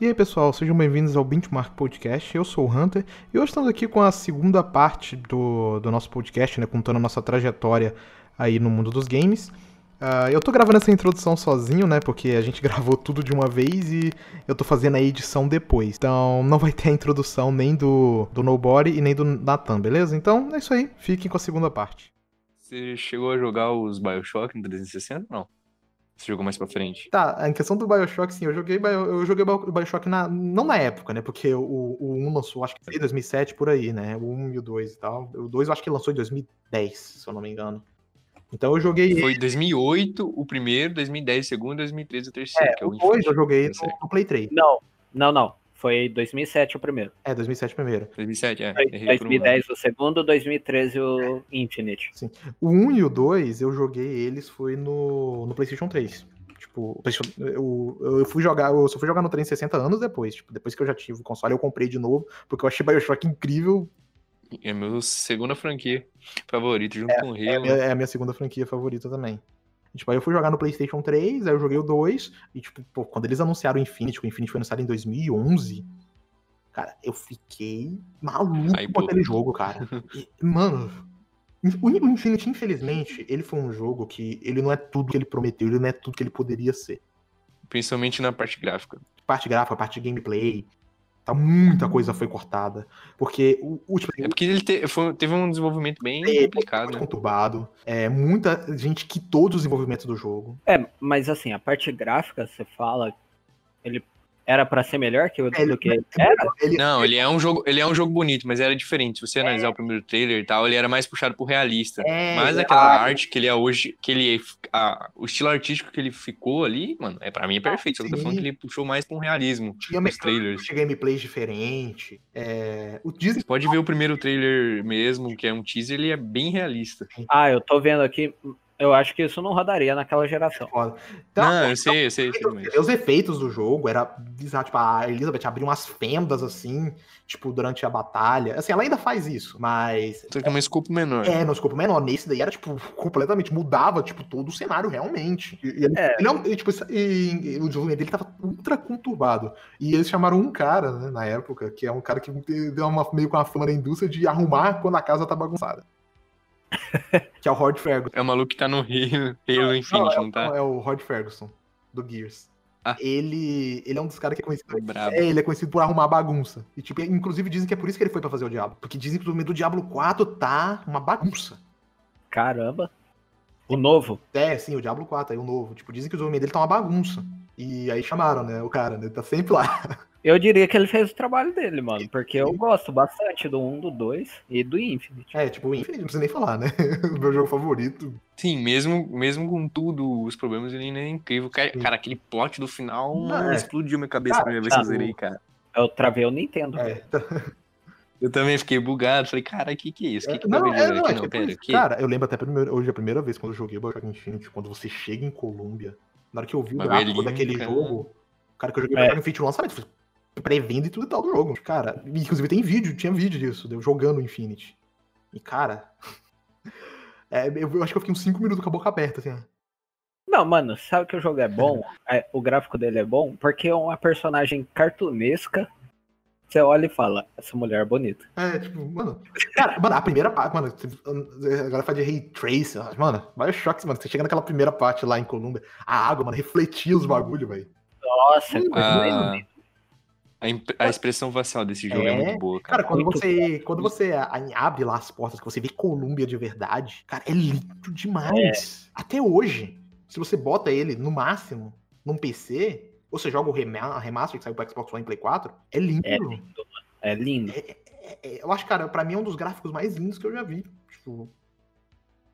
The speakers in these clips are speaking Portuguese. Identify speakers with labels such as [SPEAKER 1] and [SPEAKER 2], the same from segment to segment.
[SPEAKER 1] aí, pessoal, sejam bem-vindos ao Benchmark Podcast. Eu sou o Hunter e hoje estamos aqui com a segunda parte do, do nosso podcast, né, contando a nossa trajetória aí no mundo dos games. Ah, eu tô gravando essa introdução sozinho, né, porque a gente gravou tudo de uma vez e eu tô fazendo a edição depois. Então não vai ter a introdução nem do, do Nobody e nem do Nathan, beleza? Então é isso aí, fiquem com a segunda parte.
[SPEAKER 2] Você chegou a jogar os Bioshock no 360 ou não? Você jogou mais pra frente?
[SPEAKER 1] Tá, em questão do Bioshock, sim, eu joguei, Bio- eu joguei Bio- Bioshock na, não na época, né? Porque o, o 1 lançou, acho que em 2007, por aí, né? O 1 e o 2 e tal. O 2 eu acho que lançou em 2010, se eu não me engano. Então eu joguei
[SPEAKER 2] Foi 2008 o primeiro, 2010 o segundo, 2013 o terceiro. que é
[SPEAKER 1] o
[SPEAKER 2] o
[SPEAKER 1] 2, eu
[SPEAKER 2] infinito,
[SPEAKER 1] joguei
[SPEAKER 2] não sei.
[SPEAKER 1] no, no Play 3.
[SPEAKER 3] Não, não, não. Foi 2007 o primeiro.
[SPEAKER 1] É, 2007 primeiro.
[SPEAKER 2] 2007, é. errei por um ano.
[SPEAKER 3] 2010 o segundo, 2013 o Infinite.
[SPEAKER 1] O 1 e o 2, eu joguei eles foi no, no PlayStation 3. Tipo, o PlayStation- eu, eu fui jogar, eu só fui jogar no 360 anos depois. Tipo, depois que eu já tive o console, eu comprei de novo, porque eu achei Bioshock incrível.
[SPEAKER 2] É meu segunda franquia favorita, junto com o
[SPEAKER 1] É, a
[SPEAKER 2] Halo.
[SPEAKER 1] minha- é a minha segunda franquia favorita também. E, Tipo, aí eu fui jogar no PlayStation 3, aí eu joguei o 2, e tipo, pô, quando eles anunciaram o Infinity, que o Infinity foi anunciado em 2011, cara, eu fiquei maluco
[SPEAKER 2] Aí,
[SPEAKER 1] com
[SPEAKER 2] pô.
[SPEAKER 1] aquele jogo, cara. E, mano, o In- o Infinity, infelizmente, ele foi um jogo que ele não é tudo que ele prometeu, ele não é tudo que ele poderia ser.
[SPEAKER 2] Principalmente na parte gráfica.
[SPEAKER 1] Parte gráfica, parte gameplay, tá, muita coisa foi cortada, porque o, o tipo,
[SPEAKER 2] É porque ele te- foi- teve um desenvolvimento bem
[SPEAKER 1] É,
[SPEAKER 2] complicado,
[SPEAKER 1] muito
[SPEAKER 2] né?
[SPEAKER 1] conturbado, é, muita gente quitou o desenvolvimento do jogo.
[SPEAKER 3] É, mas assim, a parte gráfica, você fala, ele era pra ser melhor que o
[SPEAKER 1] É, ele-
[SPEAKER 3] do que era?
[SPEAKER 1] Ele,
[SPEAKER 2] Não, ele é um jogo, ele é um jogo bonito, mas era diferente. Se você analisar o primeiro trailer e tal, ele era mais puxado pro realista.
[SPEAKER 1] É,
[SPEAKER 2] Mas
[SPEAKER 1] ele-
[SPEAKER 2] aquela
[SPEAKER 1] ah,
[SPEAKER 2] arte que ele é hoje, que ele é- a- o estilo artístico que ele ficou ali, mano, é para mim é perfeito. Só que eu tô
[SPEAKER 1] Ah, sim.
[SPEAKER 2] falando que ele puxou mais pra um realismo
[SPEAKER 1] tinha
[SPEAKER 2] nos
[SPEAKER 1] mecânica,
[SPEAKER 2] trailers.
[SPEAKER 1] tinha gameplays diferente. É, o Disney
[SPEAKER 2] Você pode ver o primeiro trailer mesmo, que é um teaser, ele é bem realista.
[SPEAKER 3] Ah, eu tô vendo aqui, eu acho que isso não rodaria naquela geração.
[SPEAKER 1] foda.
[SPEAKER 2] Não, eu sei, eu sei, eu sei.
[SPEAKER 1] Tá então,
[SPEAKER 2] mas-
[SPEAKER 1] você vê os efeitos do jogo era bizarro, tipo, a Elizabeth abriu umas fendas assim, tipo, durante a batalha. Assim, ela ainda faz isso, mas
[SPEAKER 2] Só que é um escopo menor.
[SPEAKER 1] é, no escopo menor, nesse daí era, tipo, completamente, mudava, tipo, todo o cenário realmente. E, e ele,
[SPEAKER 3] É.
[SPEAKER 1] ele é um- e, tipo, isso- e- e o desenvolvimento dele tava ultra conturbado. E eles chamaram um cara, né, na época, que é um cara que deu uma, meio com a fama na indústria de arrumar quando a casa tá bagunçada. que é o Howard Ferguson.
[SPEAKER 2] É o maluco que tá no Halo, Halo Infinite,
[SPEAKER 1] Não,
[SPEAKER 2] não
[SPEAKER 1] é,
[SPEAKER 2] tá?
[SPEAKER 1] não, é o Rod Ferguson, do Gears.
[SPEAKER 2] Ah.
[SPEAKER 1] Ele, ele é um dos caras que é conhecido.
[SPEAKER 2] Tô brabo.
[SPEAKER 1] É, ele é conhecido por arrumar bagunça. E, tipo, inclusive dizem que é por isso que ele foi pra fazer o Diablo. Porque dizem que o do Diablo 4 tá uma bagunça.
[SPEAKER 3] Caramba. O novo.
[SPEAKER 1] É, sim, o Diablo 4, aí o novo. Tipo, dizem que o desenvolvimento dele tá uma bagunça. E aí chamaram, né, o cara, né? Tá sempre lá.
[SPEAKER 3] Eu diria que ele fez o trabalho dele, mano, porque eu gosto bastante do 1, do 2 e do Infinite.
[SPEAKER 1] É, tipo, infinito, não precisa nem falar, né? O meu jogo favorito.
[SPEAKER 2] Sim, mesmo, mesmo com tudo, os problemas, ele ainda é incrível. Cara,
[SPEAKER 1] Sim.
[SPEAKER 2] cara, aquele plot do final
[SPEAKER 1] Não, é.
[SPEAKER 2] explodiu minha cabeça
[SPEAKER 1] Cara,
[SPEAKER 2] a primeira vez que eu
[SPEAKER 1] tá.
[SPEAKER 2] zerei, cara.
[SPEAKER 3] Eu travei o Nintendo.
[SPEAKER 1] É, tá-
[SPEAKER 2] Eu também fiquei bugado. Falei, cara, o que que é isso? O que que eu
[SPEAKER 1] não,
[SPEAKER 2] acabei de
[SPEAKER 1] é,
[SPEAKER 2] jogar
[SPEAKER 1] não,
[SPEAKER 2] aqui?
[SPEAKER 1] é
[SPEAKER 2] Não,
[SPEAKER 1] tipo
[SPEAKER 2] pera,
[SPEAKER 1] isso.
[SPEAKER 2] aqui?
[SPEAKER 1] Cara, eu lembro até a primeira- hoje a primeira vez quando eu joguei Bioshock Infinite, quando você chega em Colômbia, na hora que eu vi o
[SPEAKER 2] Mas
[SPEAKER 1] gráfico
[SPEAKER 2] Berlim,
[SPEAKER 1] daquele
[SPEAKER 2] cara.
[SPEAKER 1] jogo, o cara que eu joguei
[SPEAKER 3] É.
[SPEAKER 1] Bioshock Infinite no lançamento, foi pré-venda e tudo e tal do jogo. Cara, inclusive tem vídeo, tinha vídeo disso, de eu jogando Infinite. E cara, é, eu, eu acho que eu fiquei uns 5 minutos com a boca aberta, assim. ó.
[SPEAKER 3] Não, mano, sabe que o jogo é bom? É, o gráfico dele é bom? Porque é uma personagem cartunesca. Você olha e fala, essa mulher é bonita.
[SPEAKER 1] É, tipo, mano. Cara, mano, a primeira parte, mano, a galera fala de ray trace, mano, Bioshock, mano, você chega naquela primeira parte lá em Colômbia, a água, mano, refletia os bagulho, velho.
[SPEAKER 3] Nossa, é
[SPEAKER 1] Hum,
[SPEAKER 3] coisa
[SPEAKER 2] A, Ah, a imp- a expressão facial desse jogo é,
[SPEAKER 1] É,
[SPEAKER 2] muito boa,
[SPEAKER 1] Cara,
[SPEAKER 2] cara.
[SPEAKER 1] quando
[SPEAKER 3] Muito
[SPEAKER 1] você, quando você a- abre lá as portas, que você vê Colômbia de verdade, cara, é lindo demais. Até hoje, se você bota ele no máximo num PC, ou você joga o rema- remaster que saiu pro Xbox One e Play 4, é lindo.
[SPEAKER 3] É lindo, mano. É lindo.
[SPEAKER 1] É- é- eu acho, cara, pra mim é um dos gráficos mais lindos que eu já vi. Tipo,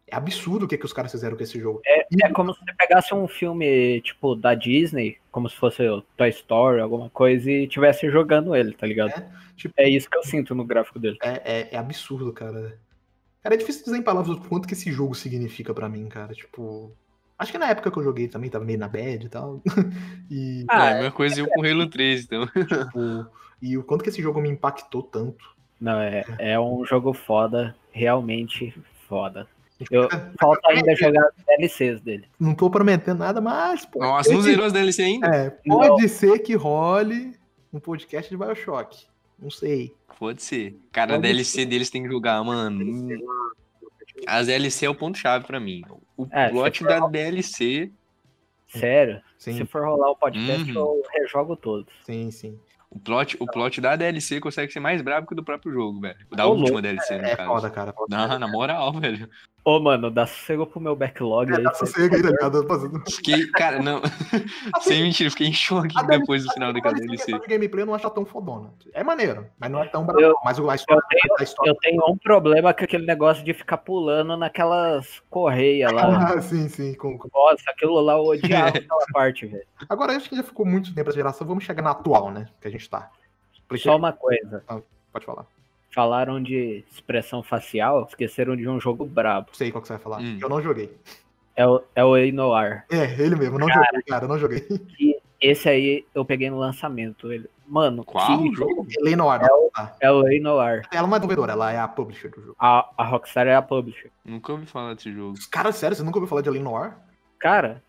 [SPEAKER 1] é absurdo o que, que os caras fizeram com esse jogo.
[SPEAKER 3] É como se você pegasse um filme, tipo, da Disney, como se fosse o Toy Story, alguma coisa, e estivesse jogando ele, tá ligado? É,
[SPEAKER 1] tipo-
[SPEAKER 3] isso que eu sinto no gráfico dele.
[SPEAKER 1] É, é- é absurdo, cara. Cara, é difícil dizer em palavras o quanto que esse jogo significa pra mim, cara. Tipo. Acho que na época que eu joguei também, tava meio na bad e tal. E,
[SPEAKER 2] É,
[SPEAKER 3] Ah,
[SPEAKER 2] a mesma coisa eu com o Halo 3, então.
[SPEAKER 1] tipo, e o quanto que esse jogo me impactou tanto.
[SPEAKER 3] não, é, é um jogo foda, realmente foda.
[SPEAKER 1] Tipo,
[SPEAKER 3] Eu, falta ainda jogar as DLCs dele.
[SPEAKER 1] Não tô prometendo nada, mas pô,
[SPEAKER 2] Nossa, não
[SPEAKER 1] Esse-
[SPEAKER 2] zerou as DLC ainda?
[SPEAKER 1] é, pode ser que role um podcast de Bioshock. Não sei.
[SPEAKER 2] Pode ser. Cara, a
[SPEAKER 1] Vamos
[SPEAKER 2] DLC deles tem que jogar, mano. As DLC é o ponto-chave pra mim. O
[SPEAKER 3] É,
[SPEAKER 2] plot
[SPEAKER 3] se for-
[SPEAKER 2] da DLC.
[SPEAKER 3] Sério?
[SPEAKER 1] Sim,
[SPEAKER 3] Se for rolar o podcast,
[SPEAKER 2] Uhum.
[SPEAKER 3] eu rejogo todos.
[SPEAKER 1] sim, sim.
[SPEAKER 2] O plot, o plot da DLC consegue ser mais brabo que o do próprio jogo, velho. Da
[SPEAKER 3] Ô,
[SPEAKER 2] última DLC, no
[SPEAKER 1] É
[SPEAKER 2] caso.
[SPEAKER 1] foda, cara.
[SPEAKER 2] Não, na moral, velho.
[SPEAKER 3] Ô, mano, dá sossego pro meu backlog aí.
[SPEAKER 1] Dá
[SPEAKER 3] cê-
[SPEAKER 1] sossego aí, tá ligado? Fazendo-
[SPEAKER 2] Fiquei, cara, não. Sem mentira, fiquei em choque
[SPEAKER 1] A DLC
[SPEAKER 2] depois do final
[SPEAKER 1] Mas
[SPEAKER 2] daquela
[SPEAKER 1] em
[SPEAKER 2] DLC.
[SPEAKER 1] questão de gameplay eu não acho ela tão fodona. É maneiro, mas não é tão brabo.
[SPEAKER 3] Eu-
[SPEAKER 1] não. Mas o- a história, a história
[SPEAKER 3] Eu tenho um problema com aquele negócio de ficar pulando naquelas correias lá.
[SPEAKER 1] Ah, sim, sim. com- com-
[SPEAKER 3] Nossa, aquilo lá eu odiava aquela parte, velho.
[SPEAKER 1] Agora, acho que já ficou muito tempo essa geração, vamos chegar na atual, né? Que a gente tá.
[SPEAKER 3] Só uma coisa.
[SPEAKER 1] Pode falar.
[SPEAKER 3] Falaram de expressão facial, esqueceram de um jogo brabo.
[SPEAKER 1] Sei qual que você vai falar.
[SPEAKER 2] Hum.
[SPEAKER 1] Eu não joguei.
[SPEAKER 3] É o, é o Einoar.
[SPEAKER 1] É, ele mesmo, eu não joguei, cara, eu não joguei.
[SPEAKER 3] Esse aí eu peguei no lançamento. Ele... Mano,
[SPEAKER 2] Qual
[SPEAKER 3] que
[SPEAKER 2] jogo?
[SPEAKER 1] Ele não era. tá.
[SPEAKER 3] É o Einoar.
[SPEAKER 1] Ela não é desenvolvedora, ela é a publisher do jogo.
[SPEAKER 3] A, a Rockstar é a publisher.
[SPEAKER 2] Nunca ouvi falar desse jogo.
[SPEAKER 1] Cara, sério, você nunca ouviu falar de Alien Noir?
[SPEAKER 3] Cara,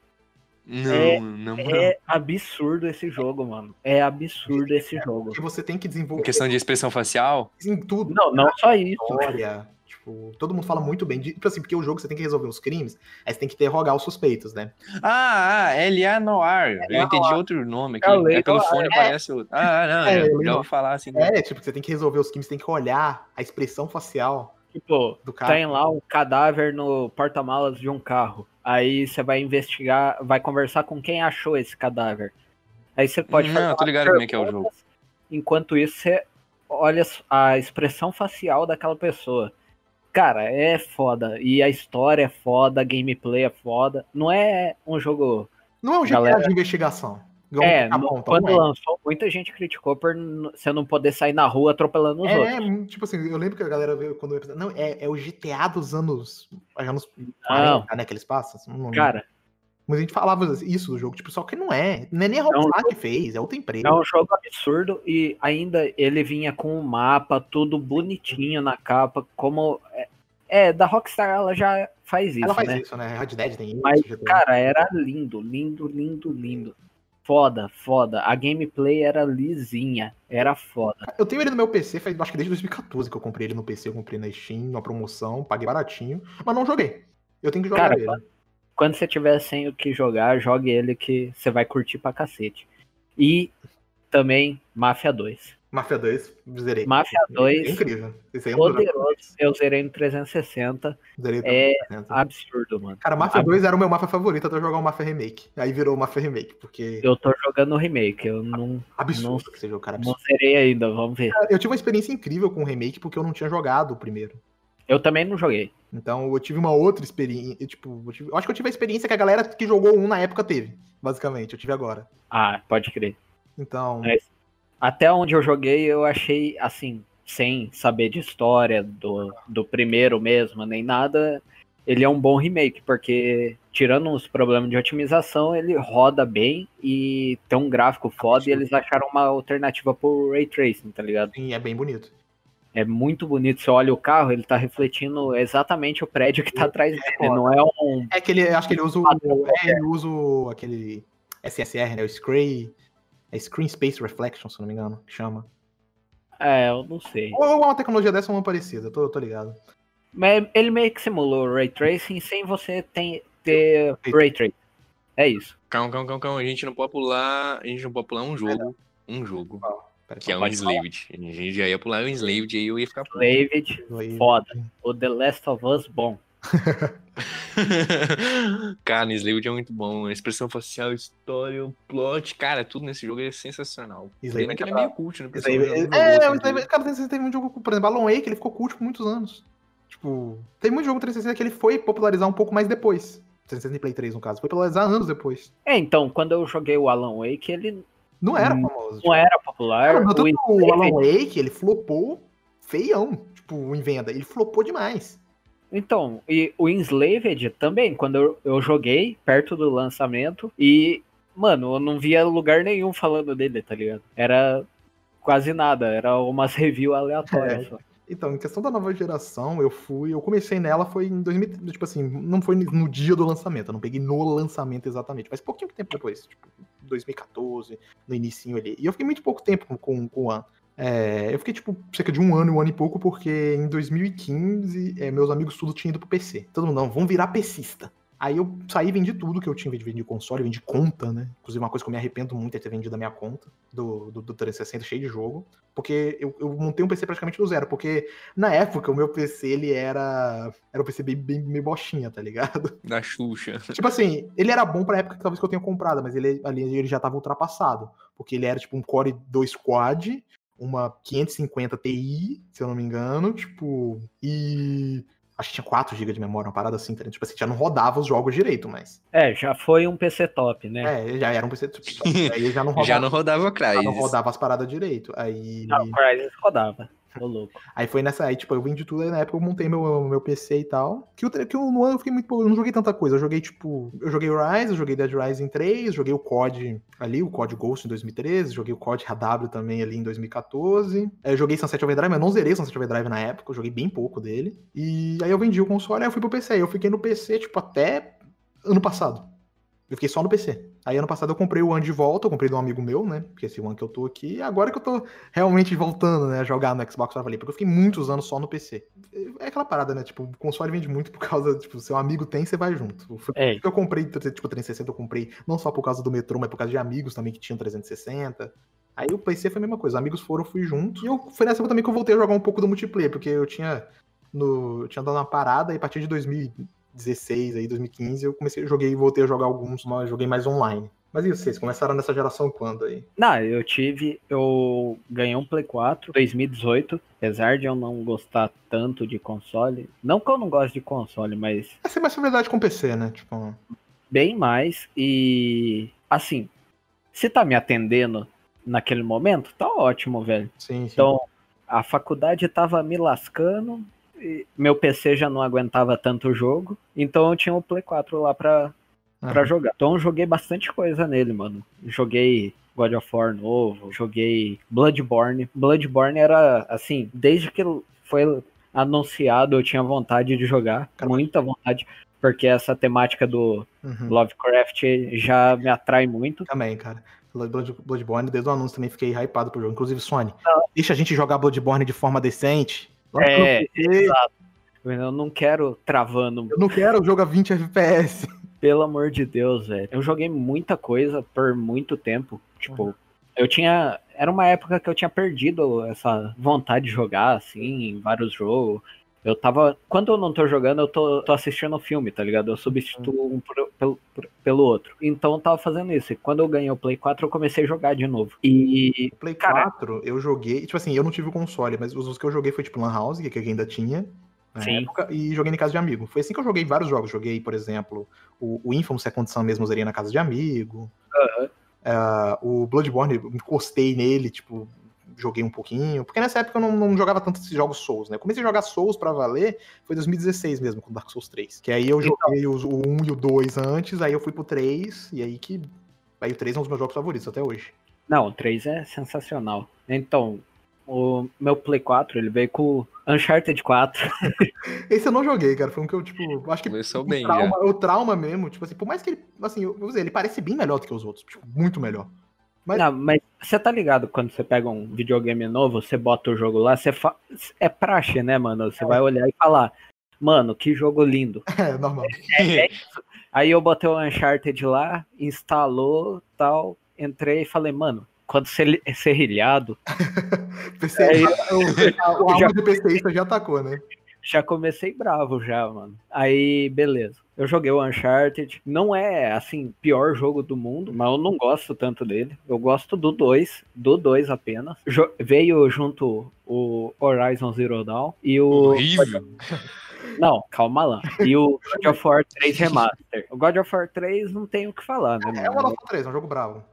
[SPEAKER 2] Não,
[SPEAKER 3] É-
[SPEAKER 2] não, não.
[SPEAKER 3] é absurdo esse jogo, mano. É absurdo esse jogo.
[SPEAKER 1] Porque você tem que
[SPEAKER 2] Em
[SPEAKER 1] desenvolver
[SPEAKER 2] questão de expressão facial,
[SPEAKER 1] em tudo.
[SPEAKER 3] Não, não só isso.
[SPEAKER 1] história. Tipo, todo mundo fala muito bem. De, tipo assim, porque o jogo você tem que resolver os crimes, aí você tem que interrogar os suspeitos, né?
[SPEAKER 2] Ah, ah, L.A. Noir. Eu entendi outro nome aqui.
[SPEAKER 3] É o Lei
[SPEAKER 2] É pelo
[SPEAKER 3] Noir.
[SPEAKER 2] fone, parece outro. Ah, ah, não,
[SPEAKER 1] É,
[SPEAKER 2] já-
[SPEAKER 1] Lei
[SPEAKER 2] já
[SPEAKER 1] Noir.
[SPEAKER 2] vou falar assim. né?
[SPEAKER 1] É, tipo, você tem que resolver os crimes, tem que olhar a expressão facial
[SPEAKER 3] Tipo,
[SPEAKER 1] do cara.
[SPEAKER 3] tem lá um cadáver no porta-malas de um carro. Aí você vai investigar, vai conversar com quem achou esse cadáver. Aí você pode
[SPEAKER 2] Não,
[SPEAKER 3] fazer
[SPEAKER 2] eu tô
[SPEAKER 3] umas
[SPEAKER 2] ligado como é que é o
[SPEAKER 3] perguntas, Enquanto isso, você olha a expressão facial daquela pessoa. Cara, é foda. E a história é foda, a gameplay é foda. Não é um jogo.
[SPEAKER 1] Não é um jeito
[SPEAKER 3] Galera.
[SPEAKER 1] de investigação.
[SPEAKER 3] é,
[SPEAKER 1] tá
[SPEAKER 3] não-
[SPEAKER 1] bom, então
[SPEAKER 3] quando
[SPEAKER 1] não é.
[SPEAKER 3] lançou, muita gente criticou por n- você não poder sair na rua atropelando os outros.
[SPEAKER 1] É, tipo assim, eu lembro que a galera veio quando eu ia pensar, Não, é, é o GTA dos anos. é anos 40, né? Que eles passam. assim, não-
[SPEAKER 3] Cara,
[SPEAKER 1] Mas a gente falava isso do jogo, tipo, só que não é. Não é nem a Rockstar que fez, é outra empresa.
[SPEAKER 3] É um jogo absurdo e ainda ele vinha com o mapa tudo bonitinho na capa, como é, é, da Rockstar ela já faz isso,
[SPEAKER 1] Ela faz
[SPEAKER 3] né?
[SPEAKER 1] isso, né? Red Dead tem isso.
[SPEAKER 3] Mas
[SPEAKER 1] GTA.
[SPEAKER 3] cara, era lindo, lindo, lindo, lindo. Foda, foda. A gameplay era lisinha, era foda.
[SPEAKER 1] Eu tenho ele no meu PC, faz, acho que desde 2014 que eu comprei ele no PC, eu comprei na Steam, numa promoção, paguei baratinho, mas não joguei. Eu tenho que jogar
[SPEAKER 3] Cara,
[SPEAKER 1] ele.
[SPEAKER 3] Quando você tiver sem o que jogar, jogue ele que você vai curtir pra cacete. E também Mafia 2.
[SPEAKER 1] Mafia 2, zerei.
[SPEAKER 3] Mafia
[SPEAKER 1] É
[SPEAKER 3] 2,
[SPEAKER 1] incrível. Esse aí é um dos
[SPEAKER 3] poderoso. Eu zerei no 360,
[SPEAKER 1] Zerei
[SPEAKER 3] É,
[SPEAKER 1] também.
[SPEAKER 3] absurdo, mano.
[SPEAKER 1] Cara, Mafia
[SPEAKER 3] ab-
[SPEAKER 1] 2 era o meu mapa favorito até eu jogar o Mafia Remake. Aí virou o Mafia Remake, porque
[SPEAKER 3] Eu tô jogando o remake, eu não
[SPEAKER 1] absurdo
[SPEAKER 3] não-
[SPEAKER 1] que seja o cara.
[SPEAKER 3] Não
[SPEAKER 1] Absurdo.
[SPEAKER 3] serei ainda, vamos ver.
[SPEAKER 1] Cara, Eu tive uma experiência incrível com o remake porque eu não tinha jogado o primeiro.
[SPEAKER 3] Eu também não joguei.
[SPEAKER 1] Então eu tive uma outra experiência. Tipo, eu, tive- eu acho que eu tive a experiência que a galera que jogou um na época teve, basicamente. Eu tive agora.
[SPEAKER 3] Ah, pode crer.
[SPEAKER 1] Então.
[SPEAKER 3] É. Até onde eu joguei, eu achei, assim, sem saber de história do, do primeiro mesmo, nem nada, ele é um bom remake, porque tirando os problemas de otimização, ele roda bem e tem um gráfico foda, e eles acharam uma alternativa pro Ray Tracing, tá ligado?
[SPEAKER 1] sim, é bem bonito.
[SPEAKER 3] É muito bonito, você olha o carro, ele tá refletindo exatamente o prédio que tá atrás dele, não é um...
[SPEAKER 1] É que ele, acho que ele usa, o, é, ele usa o- aquele SSR, né? O Scray. É Screen Space Reflection, se eu não me engano, que chama.
[SPEAKER 3] É, eu não sei.
[SPEAKER 1] Ou ou é uma tecnologia dessa ou uma parecida, eu tô, eu tô ligado.
[SPEAKER 3] Mas ele meio que simulou o ray tracing sem você ter, ter ray tracing. É isso.
[SPEAKER 2] Calma, calma, calma, calma. A gente não pode pular. A gente não pode pular um jogo. Um jogo.
[SPEAKER 1] Pera,
[SPEAKER 2] Que é um
[SPEAKER 3] pode falar.
[SPEAKER 2] Enslaved. A gente já ia pular um Enslaved e eu ia ficar puto.
[SPEAKER 3] David,
[SPEAKER 1] Play-
[SPEAKER 3] foda. O The Last of Us, bom.
[SPEAKER 2] cara, Enslaved é muito bom. A expressão facial, história, o plot. Cara, tudo nesse jogo é sensacional.
[SPEAKER 1] Enslaved
[SPEAKER 2] Pena que ele
[SPEAKER 1] é
[SPEAKER 2] é né? meio cult, né?
[SPEAKER 1] Isso aí-
[SPEAKER 2] Porque eu não
[SPEAKER 1] é, mas
[SPEAKER 2] jogo tanto.
[SPEAKER 1] teve, cara, tem- teve um jogo, por exemplo, Alan Wake, ele ficou culto por muitos anos. Tipo, tem muito jogo 360 que ele foi popularizar um pouco mais depois. 360 e Play 3, no caso. Foi popularizar anos depois.
[SPEAKER 3] É, então, quando eu joguei o Alan Wake, ele
[SPEAKER 1] Não era
[SPEAKER 3] Hum,
[SPEAKER 1] famoso.
[SPEAKER 3] não era
[SPEAKER 1] Cara,
[SPEAKER 3] popular.
[SPEAKER 1] mas
[SPEAKER 3] O
[SPEAKER 1] tanto o Alan
[SPEAKER 3] Enslaved-
[SPEAKER 1] Wake, ele flopou feião, tipo, em venda. Ele flopou demais.
[SPEAKER 3] Então, e o Enslaved também, quando eu, eu joguei, perto do lançamento, e, mano, eu não via lugar nenhum falando dele, tá ligado? Era quase nada, era umas reviews aleatórias. só.
[SPEAKER 1] Então, em questão da nova geração, eu fui. Eu comecei nela foi em 2000. Tipo assim, não foi no dia do lançamento, eu não peguei no lançamento exatamente, mas pouquinho tempo depois, tipo, 2014, no inicinho ali. E eu fiquei muito pouco tempo com, com o One. É, eu fiquei, tipo, cerca de um ano, um ano e pouco, porque em 2015, é, meus amigos tudo tinham ido pro PC. Todo mundo, não, vão virar PCista. Aí eu saí e vendi tudo que eu tinha, vendi console, vendi conta, né? Inclusive, uma coisa que eu me arrependo muito é ter vendido a minha conta do, do, do 360, cheio de jogo. Porque eu, eu montei um PC praticamente do zero. Porque na época o meu PC, ele era. Era um PC bem, bem meio bochinha, tá ligado?
[SPEAKER 2] Da Xuxa.
[SPEAKER 1] Tipo assim, ele era bom pra época que talvez que eu tenha comprado, mas ele, ali ele já tava ultrapassado. Porque ele era tipo um Core 2 Quad, uma 550 Ti, se eu não me engano, tipo. E acho que tinha 4 GB de memória, uma parada assim, tá? tipo assim, já não rodava os jogos direito, mas.
[SPEAKER 3] É, já foi um PC top, né?
[SPEAKER 1] É, já era um PC top. aí já não rodava.
[SPEAKER 2] Já não rodava Crysis.
[SPEAKER 1] já não rodava as paradas direito. Aí.
[SPEAKER 3] Não, o Crysis rodava. Ô, louco.
[SPEAKER 1] Aí foi nessa. Aí, tipo, eu vendi tudo aí na época eu montei meu, meu PC e tal. Que, eu, que eu, no ano eu fiquei muito pouco. Eu não joguei tanta coisa. Eu joguei, tipo. Eu joguei Rise, eu joguei Dead Rising 3, joguei o COD ali, o COD Ghost em 2013, joguei o COD HW também ali em 2014. Eu É, joguei Sunset Overdrive, mas não zerei Sunset Overdrive na época, eu joguei bem pouco dele. E aí eu vendi o console, aí eu fui pro PC. Aí eu fiquei no PC, tipo, até ano passado. Eu fiquei só no PC. Aí ano passado eu comprei o One de volta, eu comprei de um amigo meu, né? Porque esse One que eu tô aqui, agora que eu tô realmente voltando, né, a jogar no Xbox Live ali, porque eu fiquei muitos anos só no PC. É aquela parada, né? Tipo, o console vende muito por causa, tipo, seu amigo tem, você vai junto. Foi
[SPEAKER 3] É.
[SPEAKER 1] que eu comprei, tipo, 360 eu comprei não só por causa do metrô, mas por causa de amigos também que tinham 360. Aí o PC foi a mesma coisa, amigos foram, eu fui junto. E eu, foi nessa época também que eu voltei a jogar um pouco do multiplayer, porque eu tinha, no, eu tinha dado uma parada e a partir de 2016, aí 2015, eu comecei, joguei, voltei a jogar alguns, mas joguei mais online. Mas e vocês, começaram nessa geração quando aí?
[SPEAKER 3] Não, eu tive. Eu ganhei um Play 4 em 2018. Apesar de eu não gostar tanto de console. Não que eu não gosto de console, mas
[SPEAKER 1] Essa é mais verdade com o PC, né? Tipo,
[SPEAKER 3] bem mais. E assim, se tá me atendendo naquele momento, tá ótimo, velho.
[SPEAKER 1] sim, sim.
[SPEAKER 3] Então, a faculdade tava me lascando, e meu PC já não aguentava tanto o jogo, então eu tinha o Play 4 lá pra,
[SPEAKER 1] Aham.
[SPEAKER 3] pra jogar. Então eu joguei bastante coisa nele, mano. Joguei God of War novo, joguei Bloodborne. Bloodborne era, assim, desde que foi anunciado eu tinha vontade de jogar,
[SPEAKER 1] Caramba.
[SPEAKER 3] muita vontade, porque essa temática do
[SPEAKER 1] Uhum.
[SPEAKER 3] Lovecraft já me atrai muito.
[SPEAKER 1] Também, cara. Blood- Bloodborne, desde o anúncio também fiquei hypado pro jogo. Inclusive, Sony, deixa a gente jogar Bloodborne de forma decente. Lá no
[SPEAKER 3] É,
[SPEAKER 1] PC,
[SPEAKER 3] exato. Eu não quero travando
[SPEAKER 1] Eu não quero jogar 20 FPS.
[SPEAKER 3] Pelo amor de Deus, velho. Eu joguei muita coisa por muito tempo. Tipo,
[SPEAKER 1] Uhum.
[SPEAKER 3] eu tinha. Era uma época que eu tinha perdido essa vontade de jogar, assim, em vários jogos. Eu tava. Quando eu não tô jogando, eu tô, tô assistindo o filme, tá ligado? Eu substituo um por- pelo, por- pelo outro. Então eu tava fazendo isso. E quando eu ganhei o Play 4, eu comecei a jogar de novo. E.
[SPEAKER 1] Play
[SPEAKER 3] Cara.
[SPEAKER 1] 4, eu joguei. Tipo assim, eu não tive o console, mas os que eu joguei foi tipo Lan House, que eu ainda tinha. Na
[SPEAKER 3] Sim.
[SPEAKER 1] época, e joguei na casa de amigo. Foi assim que eu joguei vários jogos. Joguei, por exemplo, o, o Infamous Second Son mesmo, eu zerei na casa de amigo. Ah, o Bloodborne, eu encostei nele, tipo, joguei um pouquinho. Porque nessa época eu não, não jogava tanto esses jogos Souls, né? Eu comecei a jogar Souls pra valer, foi em 2016 mesmo, com Dark Souls 3. Que aí eu
[SPEAKER 3] Então.
[SPEAKER 1] joguei os, o 1 e o 2 antes, aí eu fui pro 3, e aí que. Aí o 3 é um dos meus jogos favoritos até hoje.
[SPEAKER 3] Não, o 3 é sensacional. Então, o meu Play 4, ele veio com Uncharted 4.
[SPEAKER 1] Esse eu não joguei, cara. Foi um que eu, tipo, acho que.
[SPEAKER 2] Começou
[SPEAKER 1] o
[SPEAKER 2] bem,
[SPEAKER 1] trauma, o trauma mesmo, tipo assim, por mais que ele. Assim, eu eu vou dizer, ele parece bem melhor do que os outros. Tipo, muito melhor. Mas-
[SPEAKER 3] Não, mas você tá ligado quando você pega um videogame novo, você bota o jogo lá, você fa... é praxe, né, mano? Você vai olhar e falar, mano, que jogo lindo.
[SPEAKER 1] É, normal.
[SPEAKER 3] Aí eu botei o Uncharted lá, instalou, tal, entrei e falei, mano, quando você li- é serrilhado,
[SPEAKER 1] PC,
[SPEAKER 3] Aí
[SPEAKER 1] o
[SPEAKER 3] É já-
[SPEAKER 1] alvo do PCista já atacou, né?
[SPEAKER 3] já comecei bravo já, mano. Aí, beleza. Eu joguei o Uncharted. Não é, assim, pior jogo do mundo, mas eu não gosto tanto dele. Eu gosto do 2, do 2 apenas. Jo- veio junto o Horizon Zero Dawn e o...
[SPEAKER 2] Horrível.
[SPEAKER 3] Não, calma lá. E o God of War 3 Remaster. O God of War 3 não tem o que falar, né,
[SPEAKER 1] É o
[SPEAKER 3] mano?
[SPEAKER 1] Alpha 3, é um jogo bravo.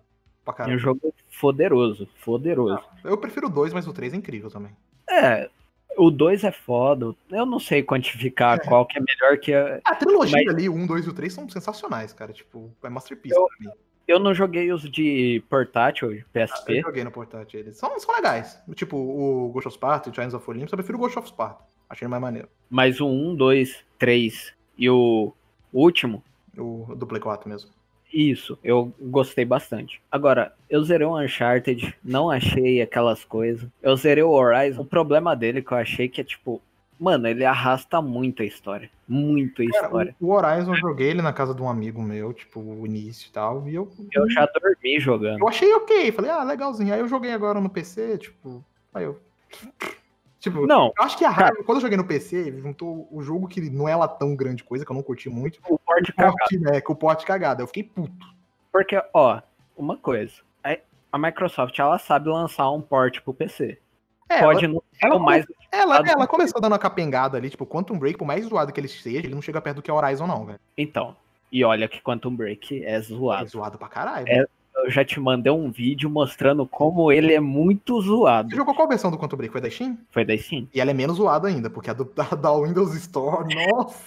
[SPEAKER 1] Pra
[SPEAKER 3] É um
[SPEAKER 1] caramba.
[SPEAKER 3] jogo foderoso, foderoso.
[SPEAKER 1] Eu prefiro o 2, mas o 3 é incrível também.
[SPEAKER 3] É, o 2 é foda. Eu não sei quantificar qual que é melhor que a...
[SPEAKER 1] A trilogia um,
[SPEAKER 3] Mas-
[SPEAKER 1] ali, o 1, 2 e o 3 são sensacionais, cara. Tipo, é masterpiece
[SPEAKER 3] Eu-
[SPEAKER 1] pra mim.
[SPEAKER 3] Eu não joguei os de portátil, de PSP.
[SPEAKER 1] Ah, Eu joguei no portátil eles. São, são legais. Tipo, o Ghost of Sparta e Giants of Olympus, eu prefiro o Ghost of Sparta. Achei mais maneiro.
[SPEAKER 3] Mas o 1, 2, 3 e o último,
[SPEAKER 1] O do Play 4 mesmo.
[SPEAKER 3] isso, eu gostei bastante. Agora, eu zerei o Uncharted, não achei aquelas coisas. Eu zerei o Horizon. O problema dele que eu achei que é tipo, mano, ele arrasta muito a história. Muito a
[SPEAKER 1] Cara,
[SPEAKER 3] história.
[SPEAKER 1] o, o Horizon eu joguei ele na casa de um amigo meu, tipo, o início e tal, e eu,
[SPEAKER 3] Eu já dormi jogando.
[SPEAKER 1] eu achei ok. Falei, ah, legalzinho. Aí eu joguei agora no PC, tipo, aí eu. Tipo,
[SPEAKER 3] Não,
[SPEAKER 1] eu acho que a raiva, quando eu joguei no PC, juntou o jogo que não é lá tão grande coisa, que eu não curti muito,
[SPEAKER 3] o porte
[SPEAKER 1] com o um porte, né, com o porte cagado. Eu fiquei puto.
[SPEAKER 3] Porque, ó, uma coisa. a- A Microsoft, ela sabe lançar um port pro PC.
[SPEAKER 1] É,
[SPEAKER 3] Pode né? não ser
[SPEAKER 1] ela-
[SPEAKER 3] o mais...
[SPEAKER 1] Ela,
[SPEAKER 3] zoado.
[SPEAKER 1] ela começou dando a capengada ali, tipo, Quantum Break, por mais zoado que ele seja, ele não chega perto do que é Horizon, não, velho.
[SPEAKER 3] Então, e olha que Quantum Break é
[SPEAKER 1] É
[SPEAKER 3] zoado.
[SPEAKER 1] zoado pra caralho.
[SPEAKER 3] É. Eu já te mandei um vídeo mostrando como ele é muito zoado.
[SPEAKER 1] Você jogou qual versão do Quantum Break? Foi da Steam?
[SPEAKER 3] Foi daí sim.
[SPEAKER 1] E ela é menos zoada ainda, porque a do, da, da Windows Store, nossa!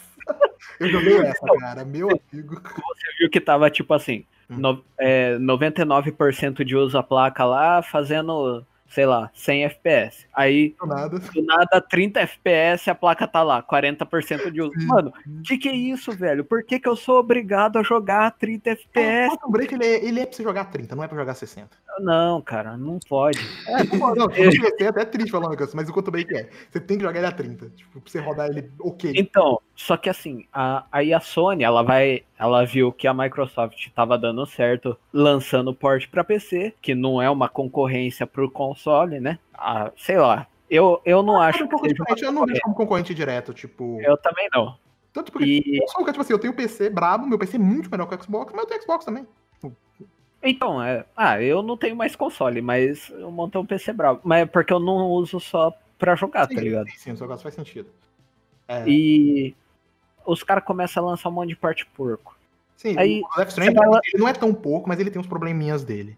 [SPEAKER 1] Eu joguei
[SPEAKER 3] Então.
[SPEAKER 1] essa, cara, meu amigo.
[SPEAKER 3] Você viu que tava tipo assim,
[SPEAKER 1] Hum.
[SPEAKER 3] no- é, 99% de uso a placa lá, fazendo, sei lá, 100 FPS. Aí,
[SPEAKER 1] Do nada.
[SPEAKER 3] do nada, 30 FPS, a placa tá lá, 40% de uso.
[SPEAKER 1] Sim.
[SPEAKER 3] Mano, que que é isso, velho? Por que que eu sou obrigado a jogar a 30
[SPEAKER 1] É,
[SPEAKER 3] FPS?
[SPEAKER 1] Quantum Break, ele é, ele é pra você jogar 30, não é pra jogar 60.
[SPEAKER 3] Não, cara, não pode.
[SPEAKER 1] É, não, não, eu até triste falando isso, mas o Quantum Break é. Você tem que jogar ele a 30, tipo, pra você rodar ele ok.
[SPEAKER 3] Então, só que assim, a, aí a Sony, ela vai, ela viu que a Microsoft tava dando certo lançando o port pra PC, que não é uma concorrência pro console, né? Ah, sei lá. Eu, eu não acho
[SPEAKER 1] É um
[SPEAKER 3] que
[SPEAKER 1] pouco
[SPEAKER 3] seja uma
[SPEAKER 1] diferente, eu não vejo
[SPEAKER 3] concorrência.
[SPEAKER 1] como concorrente direto, tipo...
[SPEAKER 3] Eu também não.
[SPEAKER 1] Tanto porque
[SPEAKER 3] É. E
[SPEAKER 1] Eu sou o cara, tipo assim, eu tenho PC brabo, meu PC é muito melhor que o Xbox, mas eu tenho Xbox também.
[SPEAKER 3] então, é, ah, eu não tenho mais console, mas eu montei um PC bravo, mas é porque eu não uso só pra jogar, tá
[SPEAKER 1] Sim,
[SPEAKER 3] ligado?
[SPEAKER 1] Sim, sim, o seu negócio faz sentido. É,
[SPEAKER 3] E os caras começam a lançar um monte de parte porco.
[SPEAKER 1] sim,
[SPEAKER 3] aí
[SPEAKER 1] o Death Stranding,
[SPEAKER 3] você fala-
[SPEAKER 1] ele não é tão pouco, mas ele tem uns probleminhas dele.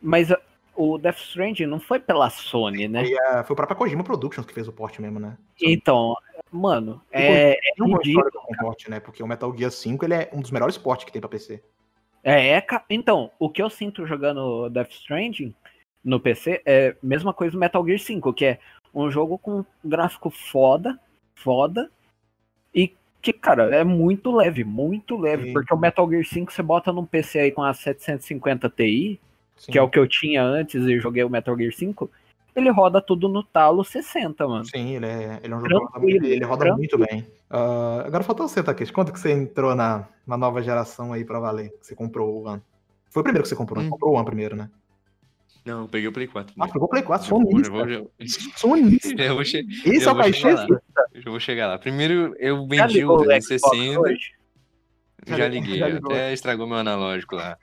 [SPEAKER 3] Mas a- o Death Stranding não foi pela Sony, né?
[SPEAKER 1] E, ah, foi o próprio Kojima Productions que fez o port mesmo, né?
[SPEAKER 3] Então, mano, é,
[SPEAKER 1] Ele tem uma boa
[SPEAKER 3] ridículo,
[SPEAKER 1] história com o port, né? Porque o Metal Gear 5, ele é um dos melhores ports que tem pra PC.
[SPEAKER 3] é, é ca- Então, o que eu sinto jogando Death Stranding no PC é a mesma coisa do Metal Gear 5, que é um jogo com gráfico foda, foda, e que, cara, é muito leve, muito leve.
[SPEAKER 1] Sim.
[SPEAKER 3] Porque o Metal Gear 5 você bota num PC aí com a 750 Ti,
[SPEAKER 1] Sim.
[SPEAKER 3] que é o que eu tinha antes e joguei o Metal Gear 5, ele roda tudo no talo 60, mano.
[SPEAKER 1] Sim, ele é, ele é um jogo
[SPEAKER 3] Tranquilo,
[SPEAKER 1] que roda- ele, ele roda
[SPEAKER 3] tranquilo.
[SPEAKER 1] muito bem. Ah, agora faltou você, Takeshi. Quanto que você entrou na, na nova geração aí pra valer? Você comprou o One? Foi o primeiro que você comprou, né?
[SPEAKER 2] Hum.
[SPEAKER 1] comprou o One primeiro, né?
[SPEAKER 2] Não, eu peguei o Play 4.
[SPEAKER 1] Ah,
[SPEAKER 2] né?
[SPEAKER 1] pegou o Play 4,
[SPEAKER 2] Eu vou-
[SPEAKER 1] sonista.
[SPEAKER 2] eu vou- eu-
[SPEAKER 1] Sonista.
[SPEAKER 2] eu vou che-
[SPEAKER 1] Esse
[SPEAKER 2] Eu
[SPEAKER 1] é o
[SPEAKER 2] vou
[SPEAKER 1] caixista?
[SPEAKER 2] chegar eu vou chegar lá. Primeiro, eu
[SPEAKER 3] Já
[SPEAKER 2] vendi
[SPEAKER 3] ligou
[SPEAKER 2] o
[SPEAKER 3] o Xbox
[SPEAKER 2] 360.
[SPEAKER 3] hoje?
[SPEAKER 1] Já
[SPEAKER 2] Já
[SPEAKER 1] ligou,
[SPEAKER 2] liguei,
[SPEAKER 1] já ligou.
[SPEAKER 2] até estragou meu analógico lá.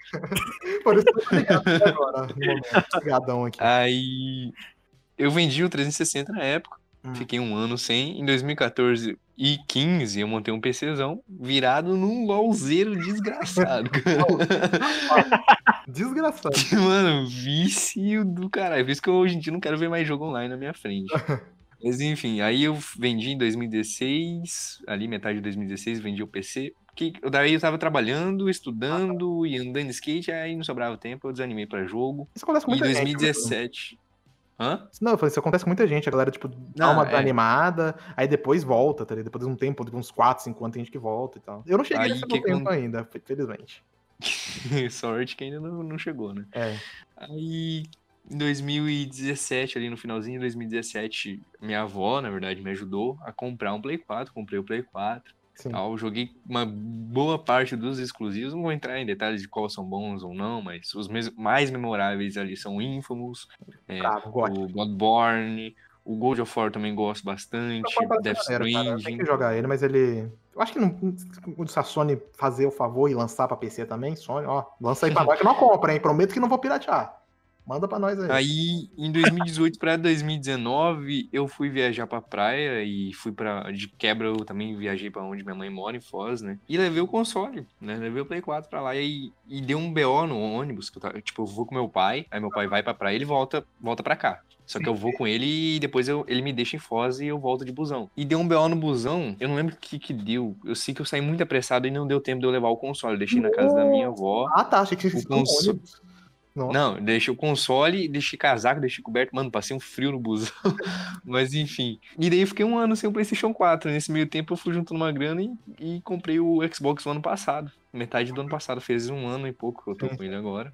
[SPEAKER 1] Por isso que eu tô tá ligado até agora. no momento, Ligadão
[SPEAKER 3] É.
[SPEAKER 1] aqui.
[SPEAKER 2] Aí eu vendi o 360 na época,
[SPEAKER 1] Hum.
[SPEAKER 2] fiquei um ano sem. Em 2014 e 15 eu montei um PCzão virado num LOLzeiro desgraçado, cara.
[SPEAKER 1] Desgraçado.
[SPEAKER 2] Mano, vício do caralho. Por isso que eu, hoje em dia não quero ver mais jogo online na minha frente. Mas enfim, aí eu vendi em 2016, ali metade de 2016, vendi o PC. Que, daí eu tava trabalhando, estudando e andando de skate, aí não sobrava tempo, eu desanimei pra jogo.
[SPEAKER 1] Isso acontece com
[SPEAKER 2] E em
[SPEAKER 1] muita gente. né?
[SPEAKER 2] 2017. Hã?
[SPEAKER 1] Não, eu falei, isso acontece com muita gente. A galera, tipo, dá
[SPEAKER 2] Não,
[SPEAKER 1] uma
[SPEAKER 2] é.
[SPEAKER 1] desanimada, aí depois volta, tá ligado? Depois de um tempo, de uns 4, 5 anos, tem gente que volta e tal. Eu não cheguei
[SPEAKER 2] Aí
[SPEAKER 1] nesse
[SPEAKER 2] que
[SPEAKER 1] meu tempo
[SPEAKER 2] quando-
[SPEAKER 1] ainda, felizmente.
[SPEAKER 2] Sorte que ainda não, não chegou, né?
[SPEAKER 1] É.
[SPEAKER 2] Aí, em 2017, ali no finalzinho de 2017, minha avó, na verdade, me ajudou a comprar um Play 4. Comprei o Play 4
[SPEAKER 1] Sim.
[SPEAKER 2] tal. Joguei uma boa parte dos exclusivos. Não vou entrar em detalhes de quais são bons ou não, mas os mes- mais memoráveis ali são o Infamous, é,
[SPEAKER 1] Bravo, gosto.
[SPEAKER 2] o Bloodborne, o God of War também gosto bastante, Death
[SPEAKER 1] Tem
[SPEAKER 2] Stranding.
[SPEAKER 1] que jogar ele, mas ele. Eu acho que não. Se a Sony fazer o favor e lançar pra PC também, Sony, ó, lança aí pra nós que eu não compra, hein? Prometo que não vou piratear. Manda pra nós aí.
[SPEAKER 2] Aí, em 2018 para 2019, eu fui viajar pra praia e fui para De quebra, eu também viajei para onde minha mãe mora, em Foz, né? E levei o console, né? Levei o Play 4 pra lá e, e deu um BO no ônibus. Que eu tava- tipo, eu vou com meu pai, aí meu pai vai pra praia ele volta, volta pra cá. Só que eu vou com ele e depois eu- ele me deixa em Foz e eu volto de busão. E deu um BO no busão, eu não lembro o que que deu. Eu sei que eu saí muito apressado e não deu tempo de eu levar o console. Eu Deixei na casa da minha avó.
[SPEAKER 1] Ah, tá. Achei que vocês
[SPEAKER 2] O
[SPEAKER 1] ficam no
[SPEAKER 2] cons-
[SPEAKER 1] ônibus. Nossa.
[SPEAKER 2] Não, deixei o console, deixei casaco, deixei coberto. Mano, passei um frio no busão. Mas enfim. E daí eu fiquei um ano sem o PlayStation 4. Nesse meio tempo eu fui juntando uma grana e, e comprei o Xbox no ano passado. Metade do ano passado, fez um ano e pouco que eu
[SPEAKER 1] Hum.
[SPEAKER 2] tô com ele agora.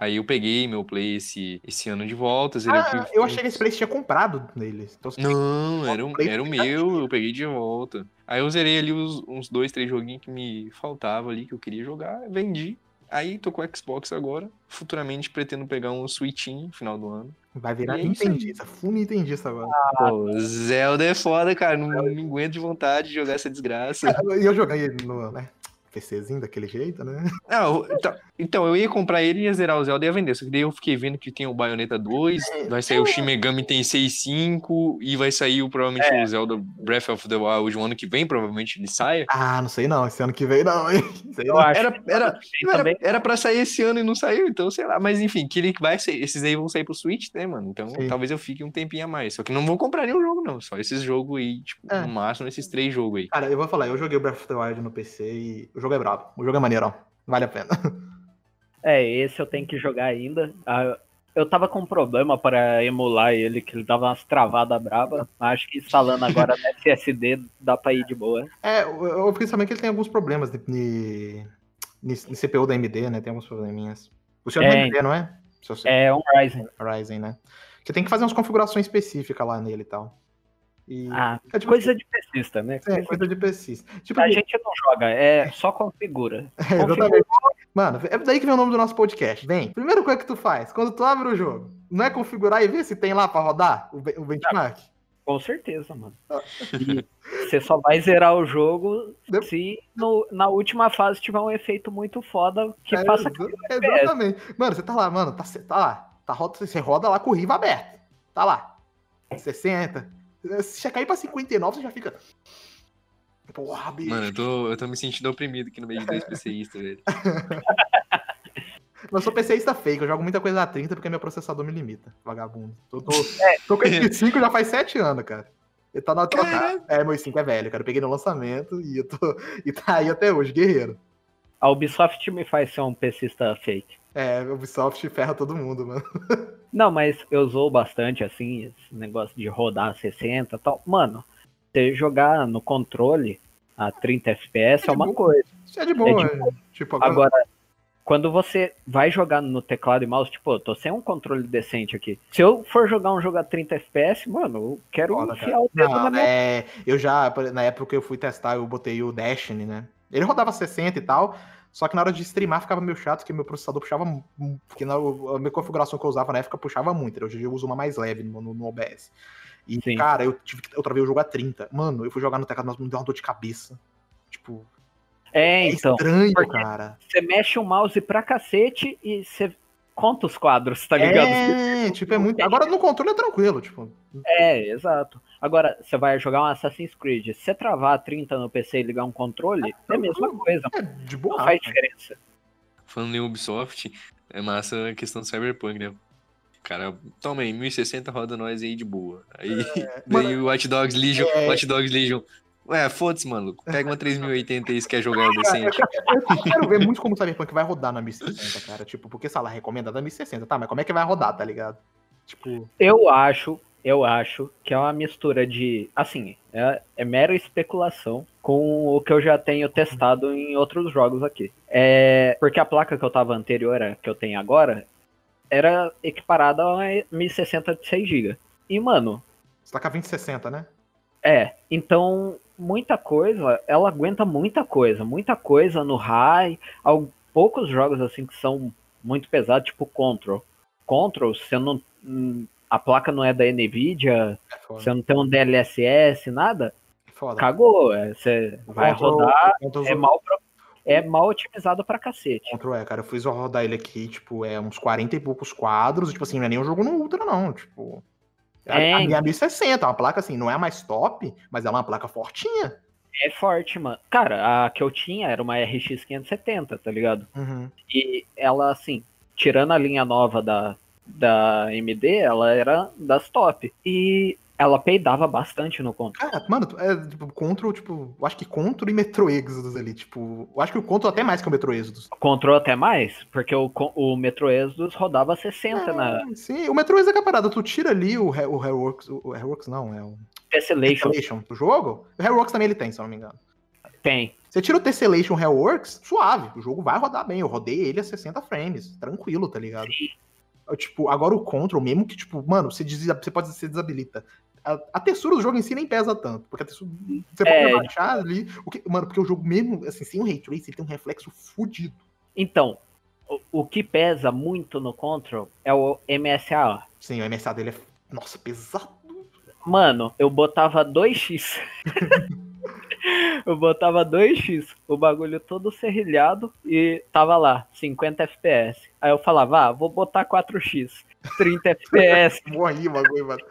[SPEAKER 2] Aí eu peguei meu Play esse, esse ano de volta. zerei
[SPEAKER 1] Ah,
[SPEAKER 2] aqui-
[SPEAKER 1] eu achei que esse Play você tinha comprado neles. Então, você-
[SPEAKER 2] Não, era, o-
[SPEAKER 1] Play
[SPEAKER 2] era o meu, eu peguei de volta. Aí eu zerei ali os- uns dois, três joguinhos que me faltava ali, que eu queria jogar, vendi. Aí tô com o Xbox agora. Futuramente pretendo pegar um Switchinho no final do ano.
[SPEAKER 1] Vai virar
[SPEAKER 2] E é isso aí.
[SPEAKER 1] Nintendista. Full Nintendista agora.
[SPEAKER 2] Pô, Ah, Zelda é foda, cara. Não me aguento de vontade de jogar essa desgraça.
[SPEAKER 1] E eu joguei no né, PCzinho daquele jeito, né?
[SPEAKER 2] Não, então, então, eu ia comprar ele, ia zerar o Zelda e ia vender. Só que daí eu fiquei vendo que tem o Bayonetta 2, vai sair o Shin Megami Tensei 5 e vai sair o, provavelmente o Zelda Breath of the Wild o ano que vem, provavelmente ele saia.
[SPEAKER 1] Ah, não sei não. Esse ano que vem não, hein? Sei
[SPEAKER 3] Eu
[SPEAKER 1] não.
[SPEAKER 3] acho
[SPEAKER 2] Era-
[SPEAKER 3] que
[SPEAKER 2] era-
[SPEAKER 3] tem
[SPEAKER 2] Era,
[SPEAKER 3] também.
[SPEAKER 2] era pra sair esse ano e não saiu, então sei lá. Mas enfim, que ele vai sair, esses aí vão sair pro Switch, né, mano? Então
[SPEAKER 1] Sim.
[SPEAKER 2] talvez eu fique um tempinho a mais. Só que não vou comprar nenhum jogo, não. Só esses jogos aí, tipo,
[SPEAKER 1] É.
[SPEAKER 2] no máximo esses três jogos aí.
[SPEAKER 1] Cara, eu vou falar. Eu joguei o Breath of the Wild no PC e o jogo é brabo. O jogo é maneirão. Vale a pena.
[SPEAKER 3] É, esse eu tenho que jogar ainda. Ah, eu tava com problema para emular ele, que ele dava umas travadas braba. Acho que instalando agora no SSD dá pra ir de boa.
[SPEAKER 1] É, eu eu fiquei sabendo que ele tem alguns problemas de, de, de- de CPU da AMD, né? Tem alguns probleminhas. O senhor é,
[SPEAKER 3] É.
[SPEAKER 1] AMD, não é? Se você
[SPEAKER 3] É um Ryzen.
[SPEAKER 1] Ryzen, né? Que tem que fazer umas configurações específicas lá nele e tal. E
[SPEAKER 3] Ah,
[SPEAKER 1] é tipo,
[SPEAKER 3] coisa de pesista, né?
[SPEAKER 1] é, coisa de PC. Tipo,
[SPEAKER 3] A gente não joga, é só configura.
[SPEAKER 1] É, exatamente. Mano, é daí que vem o nome do nosso podcast. Bem, primeiro coisa que tu faz, quando tu abre o jogo, não é configurar e ver se tem lá pra rodar o, ben- o benchmark?
[SPEAKER 3] Com certeza, mano. E você só vai zerar o jogo
[SPEAKER 1] Deu-
[SPEAKER 3] se no- na última fase tiver um efeito muito foda que
[SPEAKER 1] É,
[SPEAKER 3] passa.
[SPEAKER 1] exa- Exatamente. Mano, você tá lá, mano, tá, você tá lá. Tá, roda- você roda lá com o riva aberto. Tá lá. 60. Se já cair pra 59, você já fica. Porra, bicho.
[SPEAKER 2] Mano, eu tô, eu tô me sentindo oprimido aqui no meio de dois PCistas, velho.
[SPEAKER 1] Mas eu sou PCista é fake, eu jogo muita coisa a 30 porque meu processador me limita. Vagabundo. Tô, tô,
[SPEAKER 3] É.
[SPEAKER 1] tô com esse 5 já faz 7 anos, cara. Ele tá na troca. É, meu 5 é velho, cara. Eu peguei no lançamento e eu tô. E tá aí até hoje, guerreiro.
[SPEAKER 3] A Ubisoft me faz ser um pesista fake.
[SPEAKER 1] É, Ubisoft ferra todo mundo, mano.
[SPEAKER 3] Não, mas eu usou bastante, assim, esse negócio de rodar a 60 e tal. Mano, você jogar no controle a 30 FPS é
[SPEAKER 1] de
[SPEAKER 3] uma
[SPEAKER 1] boa.
[SPEAKER 3] coisa.
[SPEAKER 1] Isso é de boa,
[SPEAKER 3] É de
[SPEAKER 1] né? Tipo, agora.
[SPEAKER 3] Agora, quando você vai jogar no teclado e mouse, tipo, eu tô sem um controle decente aqui. Se eu for jogar um jogo a 30 FPS, mano, eu quero
[SPEAKER 1] Foda,
[SPEAKER 3] enfiar
[SPEAKER 1] cara.
[SPEAKER 3] o dedo na
[SPEAKER 1] Não,
[SPEAKER 3] minha...
[SPEAKER 1] é, eu já, por- na época que eu fui testar, eu botei o Destiny, né? Ele rodava 60 e tal, só que na hora de streamar ficava meio chato, porque meu processador puxava. mu- mu- Porque na, a minha configuração que eu usava na época puxava muito. né? Hoje em dia eu uso uma mais leve no, no- no OBS. E,
[SPEAKER 3] Sim.
[SPEAKER 1] cara, eu tive que. Eu travei o jogo a 30. Mano, eu fui jogar no teclado, mas me deu uma dor de cabeça. Tipo,
[SPEAKER 3] É,
[SPEAKER 1] é
[SPEAKER 3] então,
[SPEAKER 1] estranho,
[SPEAKER 3] porque-
[SPEAKER 1] cara.
[SPEAKER 3] você mexe o mouse pra cacete e você conta os quadros, tá ligado?
[SPEAKER 1] É, tipo, é muito. Agora no controle é tranquilo, tipo.
[SPEAKER 3] É, exato. Agora, você vai jogar um Assassin's Creed, se você travar a 30 no PC e ligar um controle, é a mesma coisa.
[SPEAKER 1] É de
[SPEAKER 3] Não
[SPEAKER 1] boa.
[SPEAKER 3] faz diferença.
[SPEAKER 2] Falando em Ubisoft, é massa a questão do Cyberpunk, né? Cara, toma aí, 1060 roda nós aí de boa. Aí
[SPEAKER 1] mano.
[SPEAKER 2] veio o Watch Dogs Legion,
[SPEAKER 1] É.
[SPEAKER 2] Watch Dogs Legion. Ué, foda-se, mano. Pega uma 3080 aí se quer jogar decente.
[SPEAKER 1] Eu quero ver muito como o Cyberpunk vai rodar na 1060, cara. Tipo, porque, sei lá, recomenda da 1060, tá? Mas como é que vai rodar, tá ligado? Tipo,
[SPEAKER 3] Eu acho, eu acho que é uma mistura de, assim, é, é mera especulação com o que eu já tenho testado em outros jogos aqui. É, porque a placa que eu tava anterior, a que eu tenho agora, era equiparada a uma 1060 de 6 GB. E, mano,
[SPEAKER 1] você tá com a 2060, né?
[SPEAKER 3] é, então muita coisa, ela aguenta muita coisa, muita coisa no high, al- poucos jogos assim que são muito pesados, tipo Control. Control, você não hum, a placa não é da Nvidia,
[SPEAKER 1] É
[SPEAKER 3] você
[SPEAKER 1] foda.
[SPEAKER 3] não tem um DLSS, nada,
[SPEAKER 1] É foda.
[SPEAKER 3] cagou, é, você vai
[SPEAKER 1] Control-
[SPEAKER 3] rodar,
[SPEAKER 1] Control-
[SPEAKER 3] é mal, pro- é mal otimizado pra cacete.
[SPEAKER 1] Ctrl E, cara, eu fiz rodar ele aqui, tipo, é uns 40 e poucos quadros, tipo assim, não é nem um jogo no Ultra, não, tipo... A,
[SPEAKER 3] É,
[SPEAKER 1] a minha 1060, é uma placa assim, não é a mais top, mas ela é uma placa fortinha.
[SPEAKER 3] É forte, mano. Cara, a que eu tinha era uma RX 570, tá ligado?
[SPEAKER 1] Uhum.
[SPEAKER 3] E ela, assim, tirando a linha nova da, da AMD, ela era das top. E ela peidava bastante no controle.
[SPEAKER 1] Cara, mano, é tipo, Control, tipo, eu acho que Control e Metro Exodus ali, tipo, eu acho que o Control até mais que o Metro Exodus.
[SPEAKER 3] Control até mais, porque o, co- o Metro Exodus rodava 60 na
[SPEAKER 1] É, sim, o Metro Exodus é que é a parada, tu tira ali o, Re- o Hairworks, o, o Hairworks não, é o
[SPEAKER 3] Tessellation.
[SPEAKER 1] Tessellation do jogo, o Hairworks também ele tem, se eu não me engano.
[SPEAKER 3] Tem.
[SPEAKER 1] Você tira o Tessellation Hairworks, suave, o jogo vai rodar bem, eu rodei ele a 60 frames, tranquilo, tá ligado?
[SPEAKER 3] Sim.
[SPEAKER 1] Eu, Tipo, agora o Control, mesmo que, tipo, mano, você, des- você pode se desabilita. A, a textura do jogo em si nem pesa tanto, porque a textura. Você
[SPEAKER 3] É.
[SPEAKER 1] pode baixar ali. o que- mano, porque o jogo mesmo, assim, sem o ray trace, ele tem um reflexo fudido.
[SPEAKER 3] Então, o, o que pesa muito no Control é o MSA.
[SPEAKER 1] Sim, o MSA dele é. Nossa, pesado.
[SPEAKER 3] Mano, eu botava 2x. eu botava 2x, o bagulho todo serrilhado e tava lá, 50 FPS. Aí eu falava, ah, vou botar 4x, 30 FPS.
[SPEAKER 1] Morri o bagulho, mano.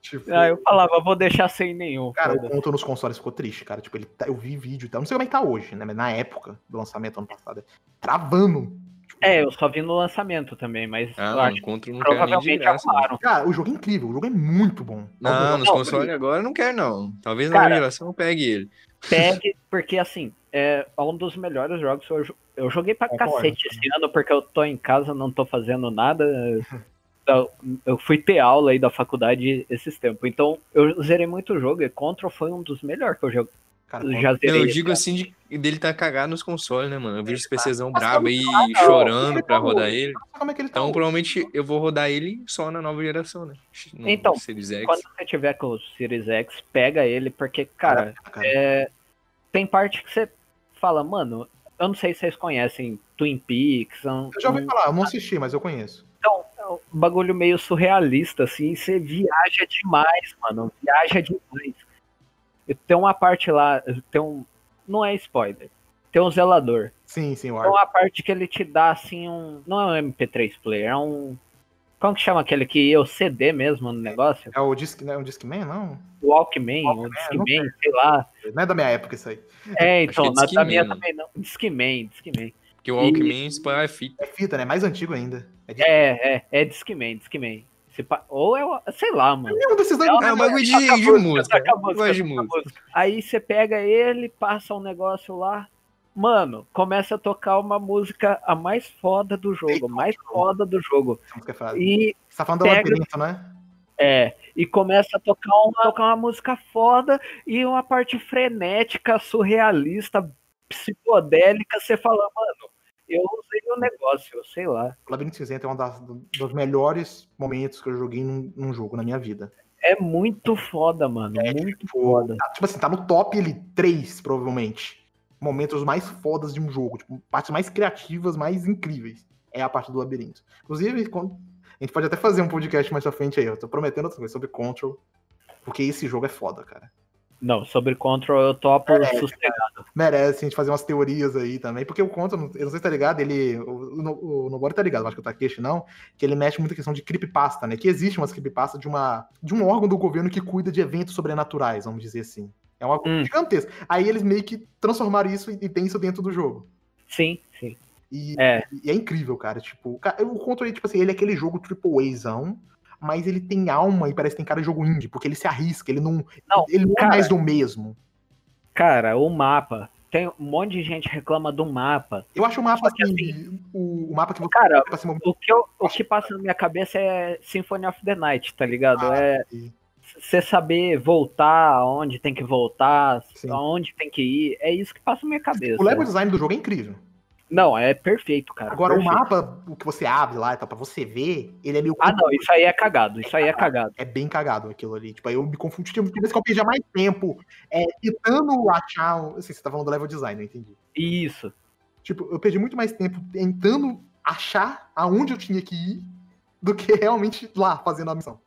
[SPEAKER 1] Tipo,
[SPEAKER 3] Aí Ah, eu falava, vou deixar sem nenhum.
[SPEAKER 1] cara, o
[SPEAKER 3] foda-se."
[SPEAKER 1] Control nos consoles ficou triste, cara. Tipo, ele tá- eu vi vídeo e tal. Não sei como é que tá hoje, né? Mas na época do lançamento ano passado, é travando.
[SPEAKER 3] É, eu só vi no lançamento também, mas eu
[SPEAKER 2] Ah, não,
[SPEAKER 3] acho que
[SPEAKER 2] encontro não quero nem assim. de
[SPEAKER 3] provavelmente
[SPEAKER 2] graça. não.
[SPEAKER 3] arrumaram.
[SPEAKER 1] Cara, o jogo é incrível, o jogo é muito bom.
[SPEAKER 2] Não, nos
[SPEAKER 3] Não,
[SPEAKER 2] consoles agora eu não quero, não. Talvez na
[SPEAKER 3] Cara-
[SPEAKER 2] minha geração assim, eu pegue ele.
[SPEAKER 3] Pegue, porque assim, é um dos melhores jogos. que Eu, jo- eu joguei pra
[SPEAKER 1] Concordo.
[SPEAKER 3] cacete esse ano, porque eu tô em casa, não tô fazendo nada. Eu- Eu fui ter aula aí da faculdade esses tempos. Então, eu zerei muito jogo e Control foi um dos melhores que eu jo-
[SPEAKER 1] Cara,
[SPEAKER 3] já
[SPEAKER 2] Não,
[SPEAKER 3] zerei.
[SPEAKER 2] eu digo assim de- dele tá cagado nos consoles, né, mano? Eu vejo os PCzão
[SPEAKER 1] Mas
[SPEAKER 2] brabo aí
[SPEAKER 1] tá,
[SPEAKER 2] chorando
[SPEAKER 1] ele
[SPEAKER 2] pra
[SPEAKER 1] tá
[SPEAKER 2] rodar
[SPEAKER 1] hoje.
[SPEAKER 2] ele.
[SPEAKER 1] como é que ele tá?
[SPEAKER 2] Então,
[SPEAKER 1] hoje?
[SPEAKER 2] provavelmente eu vou rodar ele só na nova geração, né? No
[SPEAKER 3] Então,
[SPEAKER 2] Series X.
[SPEAKER 3] Quando você tiver com o Series X, pega ele, porque, cara, é,
[SPEAKER 1] Caraca, cara.
[SPEAKER 3] tem parte que você fala, mano, eu não sei se vocês conhecem Twin Peaks. Um,
[SPEAKER 1] Eu já ouvi falar, eu não assisti, mas eu conheço.
[SPEAKER 3] um bagulho meio surrealista, assim, você viaja demais, mano, viaja demais. E Tem uma parte lá, tem um, não é spoiler, tem um zelador.
[SPEAKER 1] Sim, sim, o
[SPEAKER 3] Tem
[SPEAKER 1] Arthur.
[SPEAKER 3] uma parte que ele te dá, assim, um, não é um MP3 player, é um, como que chama aquele que ia o CD mesmo no negócio?
[SPEAKER 1] É o Disc, não é o Discman, não?
[SPEAKER 3] Walkman, o Discman, sei lá.
[SPEAKER 1] Não é da minha época isso aí.
[SPEAKER 3] É,
[SPEAKER 2] Acho que é
[SPEAKER 3] então, na, da
[SPEAKER 2] Discman,
[SPEAKER 3] minha
[SPEAKER 2] né?
[SPEAKER 3] também não, Discman, Discman.
[SPEAKER 2] Porque o Walkman espalha a fita.
[SPEAKER 1] É fita, né? Mais antigo ainda. É de...
[SPEAKER 3] É, é, é Discman, Discman. Se pa- Ou é, o- sei lá, mano.
[SPEAKER 1] Nenhum desses dois.
[SPEAKER 3] Não,
[SPEAKER 1] não,
[SPEAKER 2] É um bagulho de,
[SPEAKER 3] Toca a
[SPEAKER 2] de música.
[SPEAKER 3] toca a
[SPEAKER 2] Eu gosto de
[SPEAKER 3] toca a
[SPEAKER 2] música.
[SPEAKER 3] música. Aí você pega ele, passa um negócio lá. Mano, começa a tocar uma música a mais foda do jogo, a mais foda do jogo.
[SPEAKER 1] essa música é frase.
[SPEAKER 3] E
[SPEAKER 1] Você tá falando do
[SPEAKER 3] pega-
[SPEAKER 1] labirinto, né?
[SPEAKER 3] é, e começa a tocar uma, tocar uma música foda e uma parte frenética, surrealista, psicodélica, você fala, mano, eu usei o negócio, sei lá.
[SPEAKER 1] O Labirinto Cinzento é um das- dos melhores momentos que eu joguei num, num jogo na minha vida.
[SPEAKER 3] É muito foda, mano, muito foda.
[SPEAKER 1] Tá, É, tipo assim, tá no top ele 3, provavelmente. Momentos mais fodas de um jogo. Tipo, partes mais criativas, mais incríveis. É a parte do labirinto. Inclusive, quando- a gente pode até fazer um podcast mais pra frente aí. Eu tô prometendo outra coisa sobre Control. Porque esse jogo é foda, cara.
[SPEAKER 3] Não, sobre Control eu topo
[SPEAKER 1] É,
[SPEAKER 3] sossegado.
[SPEAKER 1] merece a gente fazer umas teorias aí também, porque o Conta, eu não sei se tá ligado, ele. O, o, No- o Nobori tá ligado, eu acho que o Takeshi não, que ele mexe muito a questão de creepypasta, né? Que existe umas creepypasta de, uma, de um órgão do governo que cuida de eventos sobrenaturais, vamos dizer assim. É uma coisa
[SPEAKER 3] Hum.
[SPEAKER 1] gigantesca. Aí eles meio que transformaram isso e, e tem isso dentro do jogo.
[SPEAKER 3] Sim, sim.
[SPEAKER 1] E
[SPEAKER 3] É.
[SPEAKER 1] e é incrível, cara. Tipo, ca- o Control, tipo assim, ele é aquele jogo AAAzão, mas ele tem alma e parece que tem cara de jogo indie, porque ele se arrisca, ele não.
[SPEAKER 3] Não,
[SPEAKER 1] ele não é
[SPEAKER 3] cara.
[SPEAKER 1] mais do mesmo.
[SPEAKER 3] Cara, o mapa. Tem um monte de gente reclama do mapa.
[SPEAKER 1] Eu acho o mapa
[SPEAKER 3] Só que
[SPEAKER 1] assim. o, o mapa que você
[SPEAKER 3] Cara,
[SPEAKER 1] pra se movimentar
[SPEAKER 3] o que, eu- o que passa na minha cabeça é Symphony of the Night, tá ligado? É
[SPEAKER 1] Ah, sim.
[SPEAKER 3] você saber voltar, aonde tem que voltar,
[SPEAKER 1] Sim.
[SPEAKER 3] aonde tem que ir. É isso que passa na minha cabeça.
[SPEAKER 1] O level design do jogo é incrível.
[SPEAKER 3] Não, é perfeito, cara.
[SPEAKER 1] Agora, o
[SPEAKER 3] perfeito.
[SPEAKER 1] mapa, o que você abre lá e tal, pra você ver, ele é meio.
[SPEAKER 3] Ah, não, isso aí é cagado. Isso aí é cagado.
[SPEAKER 1] É bem cagado aquilo ali. Tipo, aí eu me confundi, tipo, tivesse que eu perdi mais tempo é, tentando achar. um- Assim, você tá falando do level design, eu entendi.
[SPEAKER 3] Isso.
[SPEAKER 1] Tipo, eu perdi muito mais tempo tentando achar aonde eu tinha que ir do que realmente lá fazendo a missão.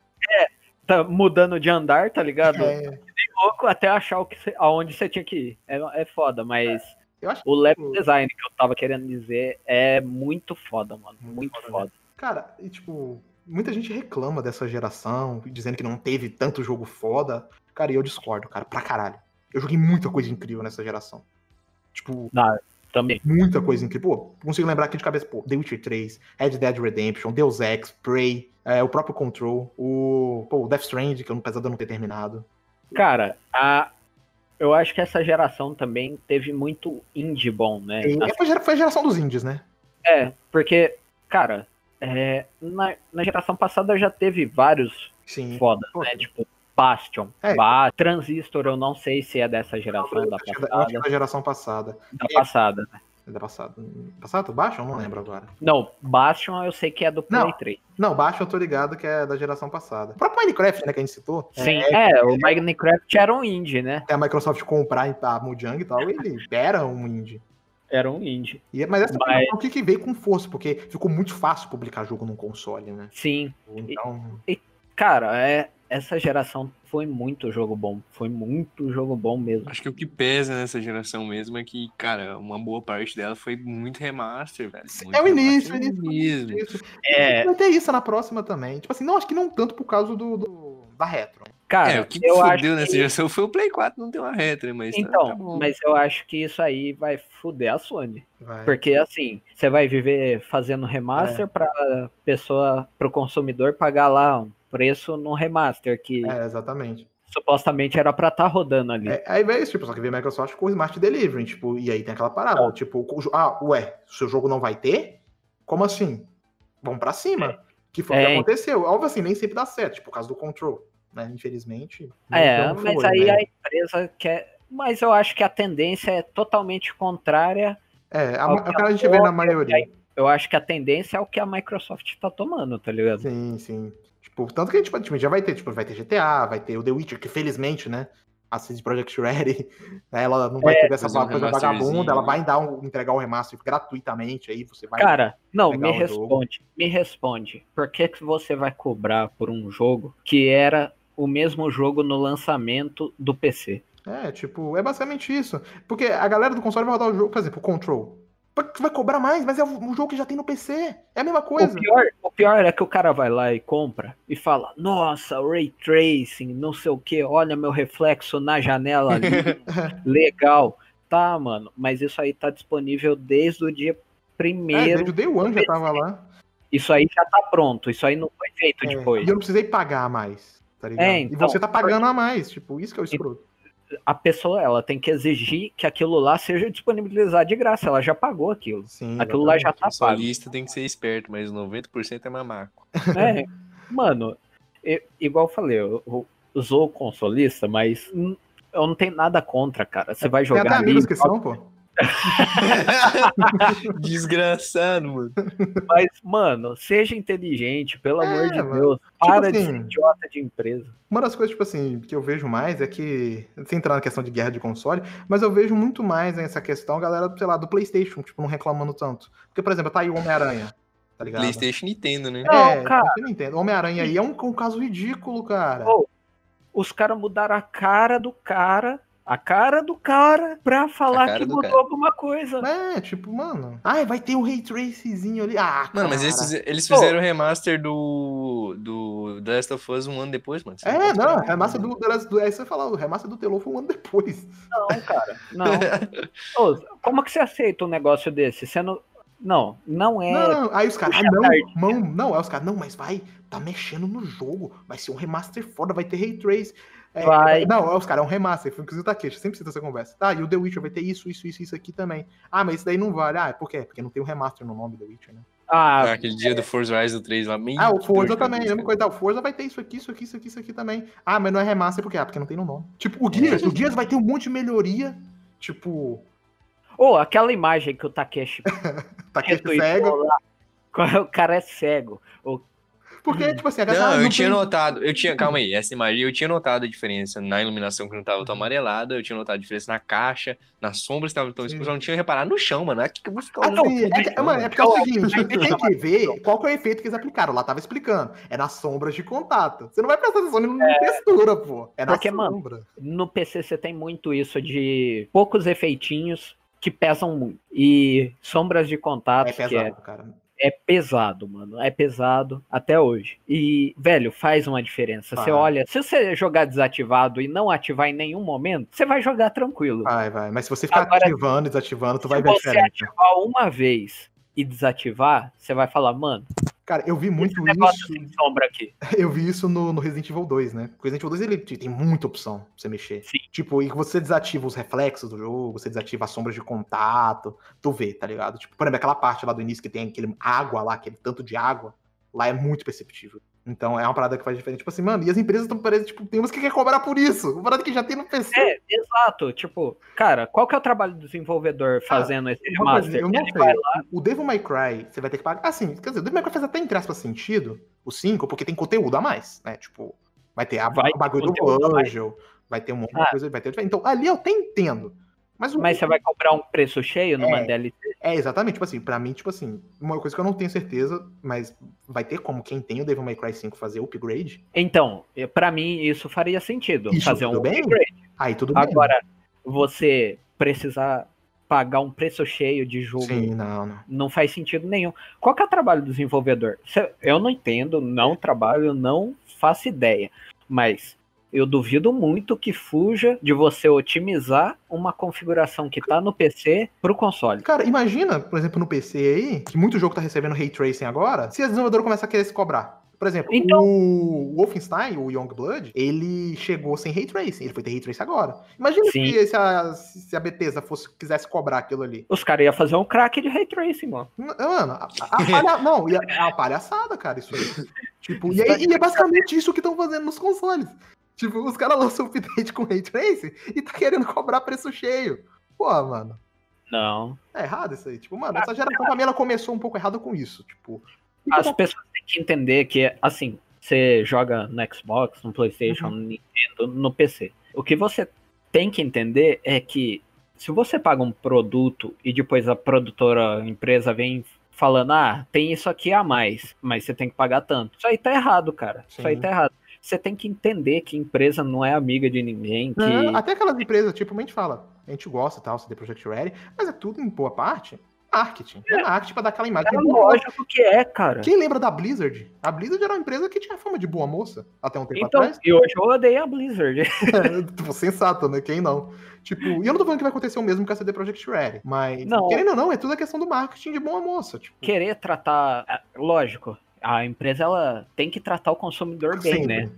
[SPEAKER 3] Tá mudando de andar, tá ligado?
[SPEAKER 1] É,
[SPEAKER 3] pouco até achar o que cê- aonde você tinha que ir. É, é foda, mas
[SPEAKER 1] Eu acho que,
[SPEAKER 3] O level
[SPEAKER 1] tipo,
[SPEAKER 3] design que eu tava querendo dizer é muito foda, mano. Muito foda.
[SPEAKER 1] Cara, e tipo, muita gente reclama dessa geração, dizendo que não teve tanto jogo foda. Cara, e eu discordo, cara, pra caralho. Eu joguei muita coisa incrível nessa geração. Tipo,
[SPEAKER 3] Também.
[SPEAKER 1] muita coisa incrível. Pô, consigo lembrar aqui de cabeça, pô, The Witcher 3, Red Dead Redemption, Deus Ex, Prey, é, o próprio Control, o, pô, o Death Strand, que eu, apesar de eu não ter terminado.
[SPEAKER 3] Cara, a... eu acho que essa geração também teve muito indie bom, né?
[SPEAKER 1] E
[SPEAKER 3] Assim,
[SPEAKER 1] foi a gera- foi a geração dos indies, né?
[SPEAKER 3] É, porque, cara, é, na, na geração passada já teve vários
[SPEAKER 1] Sim.
[SPEAKER 3] foda,
[SPEAKER 1] Pô.
[SPEAKER 3] né? Tipo, Bastion,
[SPEAKER 1] É.
[SPEAKER 3] Ba- Transistor, eu não sei se é dessa geração da
[SPEAKER 1] Acho que é da- acho que é
[SPEAKER 3] passada.
[SPEAKER 1] da geração passada.
[SPEAKER 3] Da passada.
[SPEAKER 1] É Da passada. Passada? Baixa? Eu não lembro agora.
[SPEAKER 3] Não, Bastion eu sei que é do Play
[SPEAKER 1] Não.
[SPEAKER 3] 3.
[SPEAKER 1] Não, baixa eu tô ligado que é da geração passada. O próprio Minecraft, né, que a gente citou.
[SPEAKER 3] Sim, é, o Minecraft era um indie, né?
[SPEAKER 1] Até a Microsoft comprar a Mojang e tal, ele era um indie.
[SPEAKER 3] Era um indie.
[SPEAKER 1] E- mas essa
[SPEAKER 3] Mas-
[SPEAKER 1] é o que que veio com força, porque ficou muito fácil publicar jogo num console, né?
[SPEAKER 3] Sim.
[SPEAKER 1] Então,
[SPEAKER 3] Cara, é, essa geração foi muito jogo bom. Foi muito jogo bom mesmo.
[SPEAKER 2] Acho que o que pesa nessa geração mesmo é que, cara, uma boa parte dela foi muito remaster, velho. Muito
[SPEAKER 1] é o início,
[SPEAKER 2] remaster
[SPEAKER 1] o
[SPEAKER 2] mesmo.
[SPEAKER 1] início. Isso.
[SPEAKER 3] É,
[SPEAKER 1] Vai ter isso na próxima também. Tipo assim, não, acho que não tanto por causa do, do- da retro.
[SPEAKER 3] cara,
[SPEAKER 2] É, o que
[SPEAKER 3] eu acho
[SPEAKER 2] fudeu nessa
[SPEAKER 3] que...
[SPEAKER 2] geração foi o Play 4 não ter uma retro, mas tá- tá
[SPEAKER 3] Então,
[SPEAKER 2] bom.
[SPEAKER 3] mas eu acho que isso aí vai fuder a Sony.
[SPEAKER 2] É.
[SPEAKER 1] Vai.
[SPEAKER 3] Porque assim, você vai viver fazendo remaster pra pessoa, pro consumidor pagar lá um preço no remaster que
[SPEAKER 1] É, exatamente.
[SPEAKER 3] supostamente era pra estar rodando ali.
[SPEAKER 1] É, aí vai isso, tipo, só que veio a Microsoft com o Smart Delivery, tipo, e aí tem aquela parada,
[SPEAKER 3] É.
[SPEAKER 1] tipo, o jo- ah, ué, seu jogo não vai ter? Como assim? Vamos pra cima. Que foi o
[SPEAKER 3] É.
[SPEAKER 1] que aconteceu. Óbvio assim, nem sempre dá certo, tipo, por causa do control, né? Infelizmente. não-
[SPEAKER 3] É,
[SPEAKER 2] então
[SPEAKER 1] não
[SPEAKER 3] mas
[SPEAKER 1] foi,
[SPEAKER 3] aí
[SPEAKER 1] né?
[SPEAKER 3] a empresa quer. Mas eu acho que a tendência é totalmente contrária.
[SPEAKER 1] É, a,
[SPEAKER 3] Alguém
[SPEAKER 1] a cara a gente vê na maioria.
[SPEAKER 3] Eu acho que a tendência é o que a Microsoft tá tomando, tá ligado?
[SPEAKER 1] Sim, sim. Tipo, tanto que a gente pode- tipo, já vai ter, tipo, vai ter GTA, vai ter o The Witcher, que felizmente, né? A CD Projekt Red, né, ela não vai
[SPEAKER 3] É,
[SPEAKER 1] ter essa
[SPEAKER 2] fazer um
[SPEAKER 1] coisa
[SPEAKER 2] remasterzinho.
[SPEAKER 1] vagabunda, ela vai dar um- entregar o remaster gratuitamente aí, você vai.
[SPEAKER 3] Cara, não,
[SPEAKER 1] Legal
[SPEAKER 3] me
[SPEAKER 1] o jogo.
[SPEAKER 3] responde, me responde. Por que, que você vai cobrar por um jogo que era o mesmo jogo no lançamento do PC?
[SPEAKER 1] É, tipo, é basicamente isso. Porque a galera do console vai rodar o jogo, por exemplo, o Control. Pra- Tu vai cobrar mais, mas é um jogo que já tem no PC. É a mesma
[SPEAKER 3] O
[SPEAKER 1] coisa.
[SPEAKER 3] pior, o pior é que o cara vai lá e compra e fala: Nossa, ray tracing, não sei o que, olha meu reflexo na janela ali. Legal. Tá, mano, mas isso aí tá disponível desde o dia
[SPEAKER 1] É,
[SPEAKER 3] primeiro.
[SPEAKER 1] desde o Day One já tava lá.
[SPEAKER 3] Isso aí já tá pronto, isso aí não foi feito
[SPEAKER 1] É,
[SPEAKER 3] depois.
[SPEAKER 1] E eu não precisei pagar a mais, tá ligado?
[SPEAKER 3] É,
[SPEAKER 1] e
[SPEAKER 3] então,
[SPEAKER 1] você tá pagando a mais, tipo, isso que é o escroto.
[SPEAKER 3] A pessoa, ela tem que exigir que aquilo lá seja disponibilizado de graça, ela já pagou aquilo.
[SPEAKER 1] Sim.
[SPEAKER 3] Aquilo lá já tá
[SPEAKER 2] O
[SPEAKER 3] pago.
[SPEAKER 2] solista tem que ser esperto, mas 90% é mamaco.
[SPEAKER 3] É, mano, e- igual eu falei, eu, eu usou o consolista, mas hum, eu não tenho nada contra, cara. Você vai
[SPEAKER 1] Tem até
[SPEAKER 3] é jogar ali,
[SPEAKER 1] amigos que são, pô.
[SPEAKER 2] Desgraçado, mano.
[SPEAKER 3] mas, mano, seja inteligente, pelo
[SPEAKER 1] É,
[SPEAKER 3] amor de
[SPEAKER 1] mano.
[SPEAKER 3] Deus. Para de
[SPEAKER 1] assim,
[SPEAKER 3] ser idiota de empresa.
[SPEAKER 1] Uma das coisas, tipo assim, que eu vejo mais é que, sem entrar na questão de guerra de console, mas eu vejo muito mais né, essa questão, a galera, sei lá, do PlayStation, tipo, não reclamando tanto. Porque, por exemplo, tá aí o Homem-Aranha, tá ligado?
[SPEAKER 2] Playstation e Nintendo, né?
[SPEAKER 1] É,
[SPEAKER 3] Não, cara.
[SPEAKER 1] eu não entendo. O Homem-Aranha aí é um, um caso ridículo, cara.
[SPEAKER 3] Ô, Os caras mudaram a cara do cara, a cara do cara, pra falar
[SPEAKER 2] cara
[SPEAKER 3] que
[SPEAKER 2] do
[SPEAKER 3] mudou
[SPEAKER 2] cara.
[SPEAKER 3] alguma coisa.
[SPEAKER 1] É, tipo, mano. Ai, vai ter um Ray Tracezinho ali. Ah,
[SPEAKER 2] Mano, mas
[SPEAKER 1] cara.
[SPEAKER 2] esses, eles fizeram o remaster do, do The Last of Us um ano depois, mano. Você
[SPEAKER 1] É,
[SPEAKER 2] pode
[SPEAKER 1] não,
[SPEAKER 2] esperar.
[SPEAKER 1] remassa do. do aí você fala, o remassa do Telô foi um ano depois.
[SPEAKER 3] Não, cara, não. Ô, como que você aceita um negócio desse? Você não. Não, não é.
[SPEAKER 1] Não, aí os caras, ah,
[SPEAKER 3] puxa
[SPEAKER 1] não,
[SPEAKER 3] tarde. né?"
[SPEAKER 1] mão, não, aí os caras, não, mas vai, tá mexendo no jogo, vai ser um remaster foda, vai ter Ray Trace. É,
[SPEAKER 3] Vai.
[SPEAKER 1] Não, aí os caras, é um remaster, foi inclusive o Takeshi, sempre cita essa conversa. Tá, e o The Witcher vai ter isso, isso, isso, isso aqui também. Ah, mas isso daí não vale. Ah, por quê? Porque não tem o remaster no nome do Witcher, né?
[SPEAKER 2] Ah,
[SPEAKER 3] Ah,
[SPEAKER 2] aquele dia do Forza Horizon 3 lá. meio
[SPEAKER 1] Ah, o
[SPEAKER 2] que
[SPEAKER 1] Forza
[SPEAKER 2] doido,
[SPEAKER 1] também,
[SPEAKER 2] cara.
[SPEAKER 1] mesma coisa, ah, o Forza vai ter isso aqui, isso aqui, isso aqui, isso aqui também. Ah, mas não é remaster, por quê? Ah, porque não tem no nome. Tipo,
[SPEAKER 3] É.
[SPEAKER 1] o Gears, o Gears vai ter um monte de melhoria, tipo,
[SPEAKER 3] Ô, aquela imagem que o Takeshi
[SPEAKER 1] Takeshi
[SPEAKER 3] retuitou
[SPEAKER 1] tá É cego.
[SPEAKER 3] lá. O cara é cego.
[SPEAKER 1] Porque, tipo assim, a galera, ah,
[SPEAKER 2] Não, eu
[SPEAKER 1] não
[SPEAKER 2] tinha
[SPEAKER 1] tem-
[SPEAKER 2] notado, eu tinha, calma aí, essa imagem, eu tinha notado a diferença na iluminação que não tava tão amarelada, eu tinha notado a diferença na caixa, nas sombras que tava tão escuras, eu não tinha reparado no chão, mano, aqui que eu vou ficar
[SPEAKER 1] Ah,
[SPEAKER 2] olhando.
[SPEAKER 1] não,
[SPEAKER 2] pro
[SPEAKER 1] é,
[SPEAKER 2] chão,
[SPEAKER 1] que- mano, é
[SPEAKER 2] mano.
[SPEAKER 1] porque é o seguinte, você tem que ver qual que é o efeito que eles aplicaram. Lá tava explicando. É nas sombras de contato. Você não vai prestar atenção em textura, pô. É na
[SPEAKER 3] Porque, mano,
[SPEAKER 1] sombra.
[SPEAKER 3] No PC você tem muito isso de poucos efeitinhos que pesam muito. E Sombras de Contato,
[SPEAKER 1] É
[SPEAKER 3] que é,
[SPEAKER 1] pesado, cara.
[SPEAKER 3] é pesado, mano. É pesado até hoje. E, velho, faz uma diferença. Você
[SPEAKER 1] Faz.
[SPEAKER 3] olha, se você jogar desativado e não ativar em nenhum momento, você vai jogar tranquilo.
[SPEAKER 1] Vai, vai. Mas se você ficar
[SPEAKER 3] Agora-
[SPEAKER 1] ativando e desativando, tu vai
[SPEAKER 3] se
[SPEAKER 1] ver a
[SPEAKER 3] você
[SPEAKER 1] diferença.
[SPEAKER 3] ativar uma vez e desativar, você vai falar, mano,
[SPEAKER 1] Cara, eu vi muito
[SPEAKER 3] esse negócio
[SPEAKER 1] isso.
[SPEAKER 3] sem sombra aqui.
[SPEAKER 1] Eu vi isso no, no Resident Evil 2, né? Porque o Resident Evil 2 ele te- tem muita opção pra você mexer.
[SPEAKER 3] Sim.
[SPEAKER 1] Tipo, e você desativa os reflexos do jogo, você desativa as sombras de contato, tu vê, tá ligado? Tipo, por exemplo, aquela parte lá do início que tem aquele água lá, aquele tanto de água, lá é muito perceptível. Então é uma parada que faz diferença. Tipo assim, mano, e as empresas estão parecendo, tipo, tem umas que quer cobrar por isso. Uma parada que já tem no PC.
[SPEAKER 3] É, exato. Tipo, cara, qual que é o trabalho do desenvolvedor fazendo esse
[SPEAKER 1] uma coisa,
[SPEAKER 3] master?
[SPEAKER 1] Ah, eu não
[SPEAKER 3] Ele
[SPEAKER 1] sei.
[SPEAKER 3] vai
[SPEAKER 1] O Devil May Cry, você vai ter que pagar. Assim, quer dizer, o Devil May Cry faz até entre aspas sentido, o 5, porque tem conteúdo a mais, né? Tipo, vai ter a,
[SPEAKER 3] Vai
[SPEAKER 1] o bagulho
[SPEAKER 3] conteúdo a
[SPEAKER 1] do
[SPEAKER 3] mais.
[SPEAKER 1] Angel, vai ter um monte de
[SPEAKER 3] Ah.
[SPEAKER 1] coisa, vai ter. Então, ali eu até entendo. Mas, o-
[SPEAKER 3] Mas você vai comprar um preço cheio numa
[SPEAKER 1] É.
[SPEAKER 3] DLC?
[SPEAKER 1] é exatamente, tipo assim, pra mim, tipo assim, uma coisa que eu não tenho certeza, mas vai ter como quem tem o Devil May Cry 5 fazer upgrade.
[SPEAKER 3] Então, eh, pra mim isso faria sentido.
[SPEAKER 1] Isso,
[SPEAKER 3] fazer
[SPEAKER 1] tudo
[SPEAKER 3] um
[SPEAKER 1] bem?
[SPEAKER 3] upgrade.
[SPEAKER 1] Aí tudo bem.
[SPEAKER 3] Agora, você precisar pagar um preço cheio de jogo
[SPEAKER 1] Sim, não, não.
[SPEAKER 3] não faz sentido nenhum. Qual que é o trabalho do desenvolvedor? Cê- Eu não entendo, não trabalho, não faço ideia. Mas eu duvido muito que fuja de você otimizar uma configuração que tá no PC pro console.
[SPEAKER 1] Cara, imagina, por exemplo, no PC aí, que muito jogo tá recebendo ray tracing agora, se a desenvolvedora começa a querer se cobrar. Por exemplo,
[SPEAKER 3] Então-
[SPEAKER 1] o Wolfenstein, o Youngblood, ele chegou sem ray tracing, ele foi ter ray tracing agora. Imagina
[SPEAKER 3] Sim.
[SPEAKER 1] se, se a, se a Bethesda fosse, quisesse cobrar aquilo ali.
[SPEAKER 3] Os caras iam fazer um crack de ray tracing, mano.
[SPEAKER 1] N- Mano, a, a- a palha- não, e a- é uma palhaçada, cara, isso aí. Tipo, e, aí- e é basicamente isso que estão fazendo nos consoles. Tipo, os caras lançam o update com ray tracing e tá querendo cobrar preço cheio. Pô, mano.
[SPEAKER 3] Não.
[SPEAKER 1] É errado isso aí. Tipo,
[SPEAKER 3] Tá
[SPEAKER 1] mano, essa geração pra mim ela começou um pouco errada com isso. Tipo,
[SPEAKER 3] As pessoas têm que entender que, assim, você joga no Xbox, no PlayStation, no Nintendo, no PC. O que você tem que entender é que se você paga um produto e depois a produtora, a empresa vem falando, ah, tem isso aqui a mais, mas você tem que pagar tanto. Isso aí tá errado, cara. Isso aí
[SPEAKER 1] Sim.
[SPEAKER 3] tá errado. Você tem que entender que empresa não é amiga de ninguém, que
[SPEAKER 1] né,
[SPEAKER 3] é
[SPEAKER 1] até aquelas empresas, tipo, a gente fala, a gente gosta e tal, CD Projekt Red, mas é tudo em boa parte marketing. É marketing pra dar aquela imagem.
[SPEAKER 3] é
[SPEAKER 1] Quem lembra,
[SPEAKER 3] lógico que é, cara.
[SPEAKER 1] quem lembra da Blizzard? A Blizzard era uma empresa que tinha fama de boa moça até um tempo
[SPEAKER 3] Então,
[SPEAKER 1] atrás.
[SPEAKER 3] e hoje eu odeio a Blizzard.
[SPEAKER 1] tipo, sensato, né? Quem não? Tipo, e eu não tô falando que vai acontecer o mesmo com a CD Projekt Red, mas
[SPEAKER 3] Não.
[SPEAKER 1] querendo ou não, é tudo a questão do marketing de boa moça. Tipo,
[SPEAKER 3] Querer tratar, ah, lógico, a empresa ela tem que tratar o consumidor bem,
[SPEAKER 1] sempre.
[SPEAKER 3] né?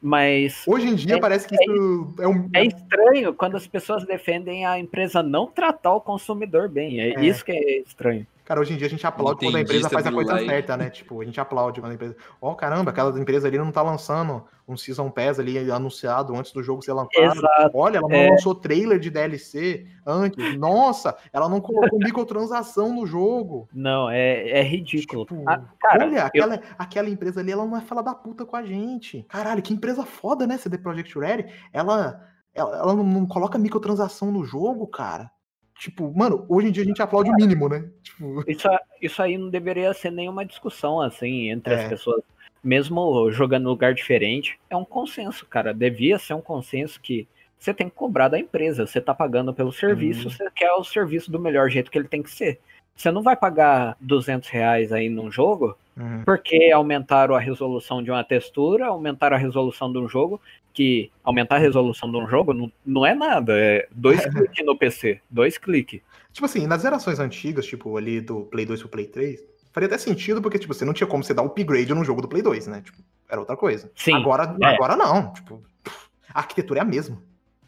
[SPEAKER 3] Mas
[SPEAKER 1] Hoje em dia
[SPEAKER 3] É-
[SPEAKER 1] parece que isso é, um.
[SPEAKER 3] É estranho quando as pessoas defendem a empresa não tratar o consumidor bem. É,
[SPEAKER 1] É.
[SPEAKER 3] isso que é estranho.
[SPEAKER 1] Cara, hoje em dia a gente aplaude quando a empresa
[SPEAKER 2] Nintendista
[SPEAKER 1] faz a
[SPEAKER 2] do
[SPEAKER 1] coisa
[SPEAKER 2] like.
[SPEAKER 1] certa, né? Tipo, a gente aplaude quando a empresa. Ó, caramba, aquela empresa ali não tá lançando um Season Pass ali anunciado antes do jogo ser lançado.
[SPEAKER 3] Exato.
[SPEAKER 1] Olha, ela não
[SPEAKER 3] É.
[SPEAKER 1] lançou trailer de DLC antes. Nossa, ela não colocou microtransação no jogo.
[SPEAKER 3] Não, é, é ridículo.
[SPEAKER 1] Tipo,
[SPEAKER 3] Ah, cara,
[SPEAKER 1] Olha,
[SPEAKER 3] eu-
[SPEAKER 1] aquela, aquela empresa ali, ela não é fala da puta com a gente. Caralho, que empresa foda, né? CD Projekt Red. Ela, ela, ela não, não coloca microtransação no jogo, cara. Tipo, mano, hoje em dia a gente aplaude o mínimo, né? Tipo.
[SPEAKER 3] isso, isso aí não deveria ser nenhuma discussão assim entre
[SPEAKER 1] É.
[SPEAKER 3] as pessoas. Mesmo jogando em lugar diferente, é um consenso, cara. Devia ser um consenso que você tem que cobrar da empresa. Você tá pagando pelo serviço,
[SPEAKER 1] Hum.
[SPEAKER 3] você quer o serviço do melhor jeito que ele tem que ser. Você não vai pagar 200 reais aí num jogo
[SPEAKER 1] Uhum.
[SPEAKER 3] porque aumentaram a resolução de uma textura, aumentaram a resolução de um jogo, que aumentar a resolução de um jogo não, não é nada, é dois cliques no PC, dois cliques.
[SPEAKER 1] Tipo assim, nas gerações antigas, tipo, ali do Play 2 pro Play 3, faria até sentido, porque, tipo, você não tinha como você dar upgrade num jogo do Play 2, né? Tipo, era outra coisa.
[SPEAKER 3] Sim.
[SPEAKER 1] agora,
[SPEAKER 3] é.
[SPEAKER 1] agora não. Tipo, pff, a arquitetura é a mesma.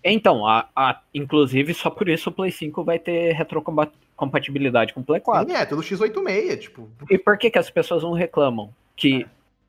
[SPEAKER 3] Então, a, a- inclusive, só por isso o Play 5 vai ter retrocompatibilidade com o Play 4.
[SPEAKER 1] Sim, é, tudo x86, tipo.
[SPEAKER 3] E por que, que as pessoas não reclamam que
[SPEAKER 1] É.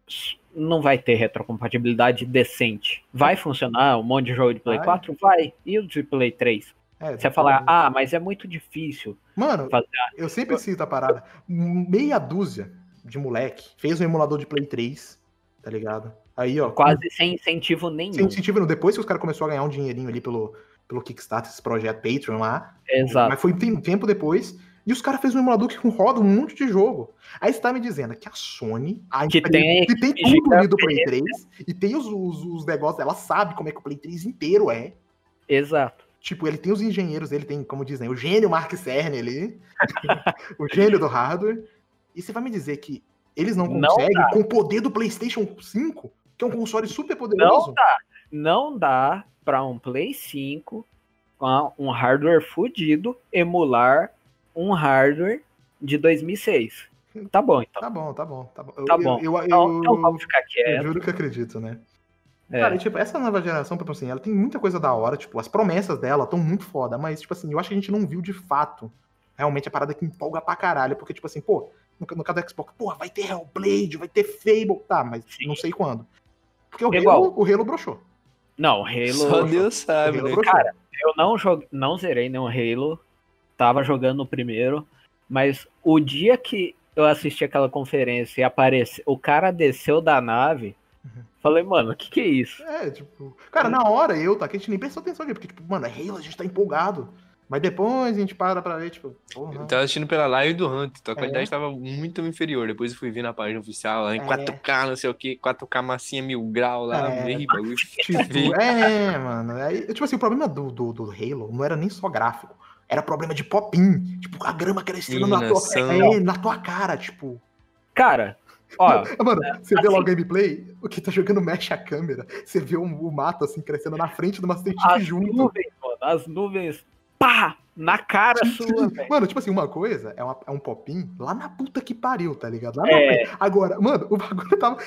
[SPEAKER 3] s- não vai ter retrocompatibilidade decente? Vai funcionar um monte de jogo de Play
[SPEAKER 1] É. Vai.
[SPEAKER 3] 4? Vai. E o de Play 3?
[SPEAKER 1] é,
[SPEAKER 3] Você falar, ah, mas é muito difícil.
[SPEAKER 1] Mano,
[SPEAKER 3] fazer
[SPEAKER 1] eu sempre cito a parada. Meia dúzia de moleque fez um emulador de Play 3, tá ligado? Aí, ó.
[SPEAKER 3] Quase sem incentivo nenhum.
[SPEAKER 1] Sem incentivo, depois que os caras começaram a ganhar um dinheirinho ali pelo, pelo Kickstarter, esse projeto Patreon lá,
[SPEAKER 3] Exato.
[SPEAKER 1] Mas foi um tempo depois. E os caras fez um emulador que roda um monte de jogo. Aí você tá me dizendo que a Sony, a
[SPEAKER 3] Que
[SPEAKER 1] empresa
[SPEAKER 3] tem a
[SPEAKER 1] que tem
[SPEAKER 3] equipe
[SPEAKER 1] tudo ali do Play 3 e tem os, os, os negócios, ela sabe como é que o Play 3 inteiro é.
[SPEAKER 3] Exato.
[SPEAKER 1] Tipo, ele tem os engenheiros, ele tem, como dizem, o gênio Mark Cerny ali, o gênio do hardware. E você vai me dizer que eles não
[SPEAKER 3] Não
[SPEAKER 1] conseguem, com o poder do PlayStation 5, que é um console super poderoso?
[SPEAKER 3] Não dá. Não dá pra um Play 5 com a- um hardware fudido emular um hardware de 2006. Tá bom, então.
[SPEAKER 1] Tá bom, tá bom, tá bom. Eu-
[SPEAKER 3] Tá bom.
[SPEAKER 1] Eu, eu-
[SPEAKER 3] Então,
[SPEAKER 1] eu-
[SPEAKER 3] então vamos ficar
[SPEAKER 1] eu
[SPEAKER 3] quietos.
[SPEAKER 1] juro que acredito, né?
[SPEAKER 3] É.
[SPEAKER 1] Cara, e, tipo, essa nova geração, tipo assim, ela tem muita coisa da hora, tipo, as promessas dela estão muito foda, mas, tipo assim, eu acho que a gente não viu de fato realmente a parada que empolga pra caralho, porque, tipo assim, pô, no, no caso do Xbox, porra, vai ter Hellblade, vai ter Fable, tá, mas
[SPEAKER 3] Sim. É
[SPEAKER 1] não sei quando. Porque o
[SPEAKER 3] Igual.
[SPEAKER 1] Halo, o Halo broxou.
[SPEAKER 3] Não, Halo.
[SPEAKER 2] Só Deus
[SPEAKER 1] O
[SPEAKER 2] sabe,
[SPEAKER 1] Halo
[SPEAKER 2] né?
[SPEAKER 1] broxou.
[SPEAKER 3] cara, Eu não, jogue, não zerei nenhum Halo. Tava jogando o primeiro. Mas o dia que eu assisti aquela conferência e apareceu, o cara desceu da nave.
[SPEAKER 1] Uhum.
[SPEAKER 3] Falei, mano, o que, que é isso?
[SPEAKER 1] É, tipo. Cara, na hora eu, tá? Que a gente nem prestou atenção nisso, porque, tipo, mano, é Halo, a gente tá empolgado. Mas depois a gente para pra ver, tipo, porra.
[SPEAKER 2] Eu tava assistindo pela live do Hunt, então
[SPEAKER 1] É.
[SPEAKER 2] a qualidade tava muito inferior. Depois eu fui ver na página oficial lá em
[SPEAKER 1] É.
[SPEAKER 2] 4K, não sei o que, 4K massinha mil grau lá,
[SPEAKER 1] É.
[SPEAKER 2] meio bagulho.
[SPEAKER 1] Tipo, é, mano. Aí, tipo assim, o problema do, do, do Halo não era nem só gráfico. Era problema de pop-in. Tipo, a grama crescendo na tua,
[SPEAKER 2] Iluminação.
[SPEAKER 1] é, na tua cara, tipo.
[SPEAKER 3] Cara, ó,
[SPEAKER 1] Mano, você vê
[SPEAKER 3] assim-
[SPEAKER 1] lá o gameplay, o que tá jogando mexe a câmera. Você vê o, o mato, assim, crescendo na frente de uma State
[SPEAKER 3] as
[SPEAKER 1] junto.
[SPEAKER 3] nuvens, Tá mano, as nuvens, pá, na cara sua, velho.
[SPEAKER 1] Mano, tipo assim, uma coisa é, uma- é um pop-in lá na puta que pariu, tá ligado? Lá na
[SPEAKER 3] É,
[SPEAKER 1] Agora, mano, o bagulho tava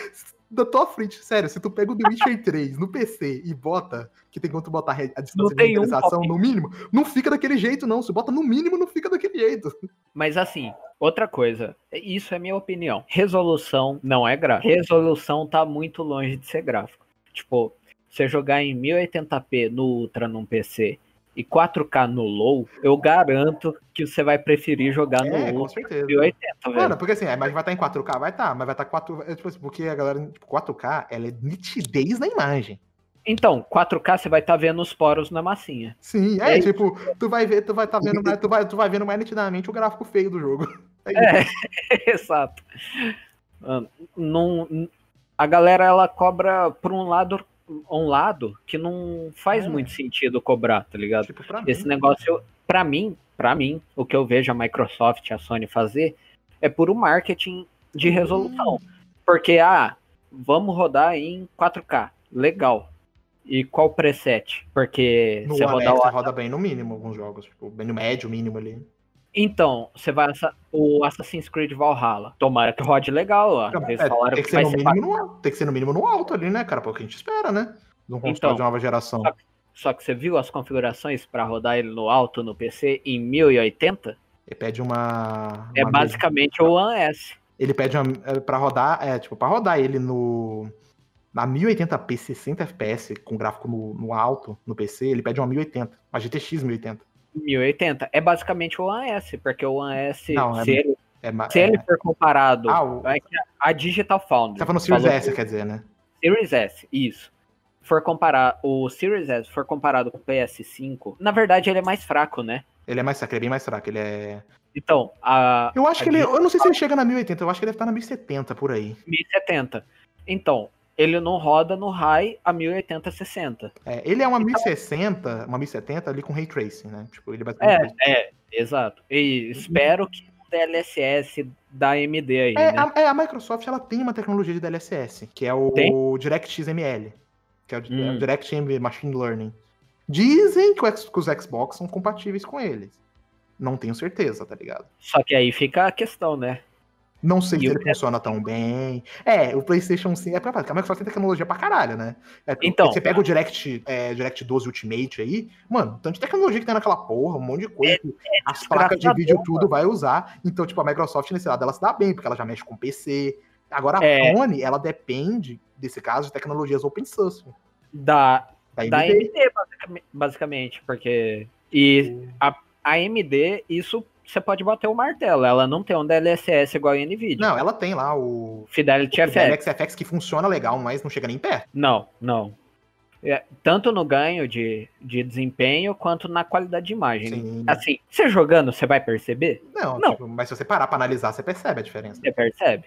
[SPEAKER 1] da tua frente, sério. Se tu pega o The Witcher 3 no PC e bota, que tem como tu botar a
[SPEAKER 3] Não
[SPEAKER 1] distância de
[SPEAKER 3] tem um
[SPEAKER 1] renderização
[SPEAKER 3] pop-in.
[SPEAKER 1] no mínimo, não fica daquele jeito, não. Se bota no mínimo, não fica daquele jeito.
[SPEAKER 3] mas assim, outra coisa, isso é minha opinião. Resolução não é gráfico. Resolução tá muito longe de ser gráfico. Tipo, você jogar em 1080p no Ultra num PC e 4K no Low, eu garanto que você vai preferir jogar
[SPEAKER 1] É,
[SPEAKER 3] no
[SPEAKER 1] com
[SPEAKER 3] Ultra
[SPEAKER 1] certeza.
[SPEAKER 3] 1080, velho.
[SPEAKER 1] Mano, porque assim, a imagem vai estar em 4K, vai estar, mas vai estar 4. É, tipo assim, porque a galera, tipo, 4K, ela é nitidez na imagem.
[SPEAKER 3] Então, 4K você vai estar vendo os poros na massinha.
[SPEAKER 1] Sim, é,
[SPEAKER 3] É.
[SPEAKER 1] tipo, tu vai ver, tu vai tá vendo, mais- tu vai, tu vai vendo mais nitidamente o gráfico feio do jogo. É
[SPEAKER 3] É. Exato. Mano, Não, a galera ela cobra por um lado um lado que não faz
[SPEAKER 1] É.
[SPEAKER 3] muito sentido cobrar, tá ligado?
[SPEAKER 1] Tipo, pra mim.
[SPEAKER 3] Esse negócio, pra mim, para mim, o que eu vejo a Microsoft e a Sony fazer é puro marketing de
[SPEAKER 1] Uhum.
[SPEAKER 3] resolução. Porque ah, vamos rodar em 4K, legal. E qual preset? Porque
[SPEAKER 1] No
[SPEAKER 3] você
[SPEAKER 1] One
[SPEAKER 3] rodar
[SPEAKER 1] X
[SPEAKER 3] o
[SPEAKER 1] roda bem no mínimo alguns jogos, tipo, bem no médio, mínimo ali.
[SPEAKER 3] Então, você vai assa- o Assassin's Creed Valhalla. Tomara que rode legal, ó. Eles
[SPEAKER 1] É,
[SPEAKER 3] Ah, falaram
[SPEAKER 1] tem, que
[SPEAKER 3] que,
[SPEAKER 1] ser
[SPEAKER 3] vai
[SPEAKER 1] no
[SPEAKER 3] ser
[SPEAKER 1] mínimo no, al- tem que ser no mínimo no alto ali, né, cara? Porque a gente espera, né? De um console
[SPEAKER 3] Então.
[SPEAKER 1] de nova geração.
[SPEAKER 3] Só pa- Só que você viu as configurações pra rodar ele no alto no PC em 1080?
[SPEAKER 1] Ele pede uma.
[SPEAKER 3] é
[SPEAKER 1] uma
[SPEAKER 3] basicamente o One S.
[SPEAKER 1] mesa- Ele pede uma, é, pra rodar. É, tipo, pra rodar ele no. Na 1080p, 60 FPS, com gráfico no, no alto, no PC, ele pede uma 1080. Uma GTX 1080.
[SPEAKER 3] 1080. É basicamente o One S, porque o One S,
[SPEAKER 1] Não, é-
[SPEAKER 3] se, ele,
[SPEAKER 1] É, ma-
[SPEAKER 3] se
[SPEAKER 1] é-
[SPEAKER 3] ele for comparado
[SPEAKER 1] ah, o,
[SPEAKER 3] é que a- a Digital
[SPEAKER 1] você
[SPEAKER 3] Foundry.
[SPEAKER 1] tá falando Series
[SPEAKER 3] falou- é
[SPEAKER 1] S, quer dizer, né?
[SPEAKER 3] Series S, isso. For comparar, o Series S for comparado com o PS5, na verdade ele é mais fraco, né?
[SPEAKER 1] Ele é mais fraco, ele é bem mais fraco. Ele é.
[SPEAKER 3] Então, a,
[SPEAKER 1] Eu acho que ele.
[SPEAKER 3] Ele-
[SPEAKER 1] Eu não sei se ele chega na 1080, eu acho que ele deve estar na 1070 por aí.
[SPEAKER 3] 1070. Então, ele não roda no high a 1080 60.
[SPEAKER 1] É, ele é
[SPEAKER 3] Então
[SPEAKER 1] uma 1060, uma 1070 ali com ray tracing, né? Tipo, ele
[SPEAKER 3] É,
[SPEAKER 1] basicamente-
[SPEAKER 3] é, exato. E
[SPEAKER 1] Uhum.
[SPEAKER 3] espero que o DLSS da AMD aí,
[SPEAKER 1] É,
[SPEAKER 3] né?
[SPEAKER 1] a, é, a Microsoft ela tem uma tecnologia de DLSS, que é o,
[SPEAKER 3] Tem?
[SPEAKER 1] DirectXML, que é o,
[SPEAKER 3] Hum.
[SPEAKER 1] é o DirectXML Machine Learning. Dizem que, o X- que os Xbox são compatíveis com eles. Não tenho certeza, tá ligado?
[SPEAKER 3] Só que aí fica a questão, né?
[SPEAKER 1] Não sei
[SPEAKER 3] E
[SPEAKER 1] se
[SPEAKER 3] o
[SPEAKER 1] ele funciona tão bem. É, o PlayStation 5. É pra falar, que a Microsoft tem tecnologia pra caralho, né? É,
[SPEAKER 3] Então.
[SPEAKER 1] Você pega o Direct, é, Direct 12 Ultimate aí, mano, tanto de tecnologia que tem naquela porra, um monte de
[SPEAKER 3] É,
[SPEAKER 1] coisa. que as placas de
[SPEAKER 3] desgraçador,
[SPEAKER 1] vídeo tudo vai usar. Então, tipo, a Microsoft nesse lado ela se dá bem, porque ela já mexe com PC. Agora a
[SPEAKER 3] É.
[SPEAKER 1] Sony, ela depende, nesse caso, de tecnologias open source.
[SPEAKER 3] Da,
[SPEAKER 1] Da
[SPEAKER 3] da
[SPEAKER 1] AMD.
[SPEAKER 3] AMD, basicamente, basicamente, porque. E a AMD, isso você pode bater o martelo. Ela não tem um DLSS igual a NVIDIA.
[SPEAKER 1] Não, ela tem lá o.
[SPEAKER 3] Fidelity
[SPEAKER 1] O
[SPEAKER 3] FX.
[SPEAKER 1] FX que funciona legal, mas não chega nem perto.
[SPEAKER 3] Não, não. É, tanto no ganho de, de desempenho quanto na qualidade de imagem.
[SPEAKER 1] Sim.
[SPEAKER 3] Assim, você jogando, você vai perceber?
[SPEAKER 1] Não,
[SPEAKER 3] não.
[SPEAKER 1] tipo, mas se você parar pra analisar, você percebe a diferença.
[SPEAKER 3] Você percebe?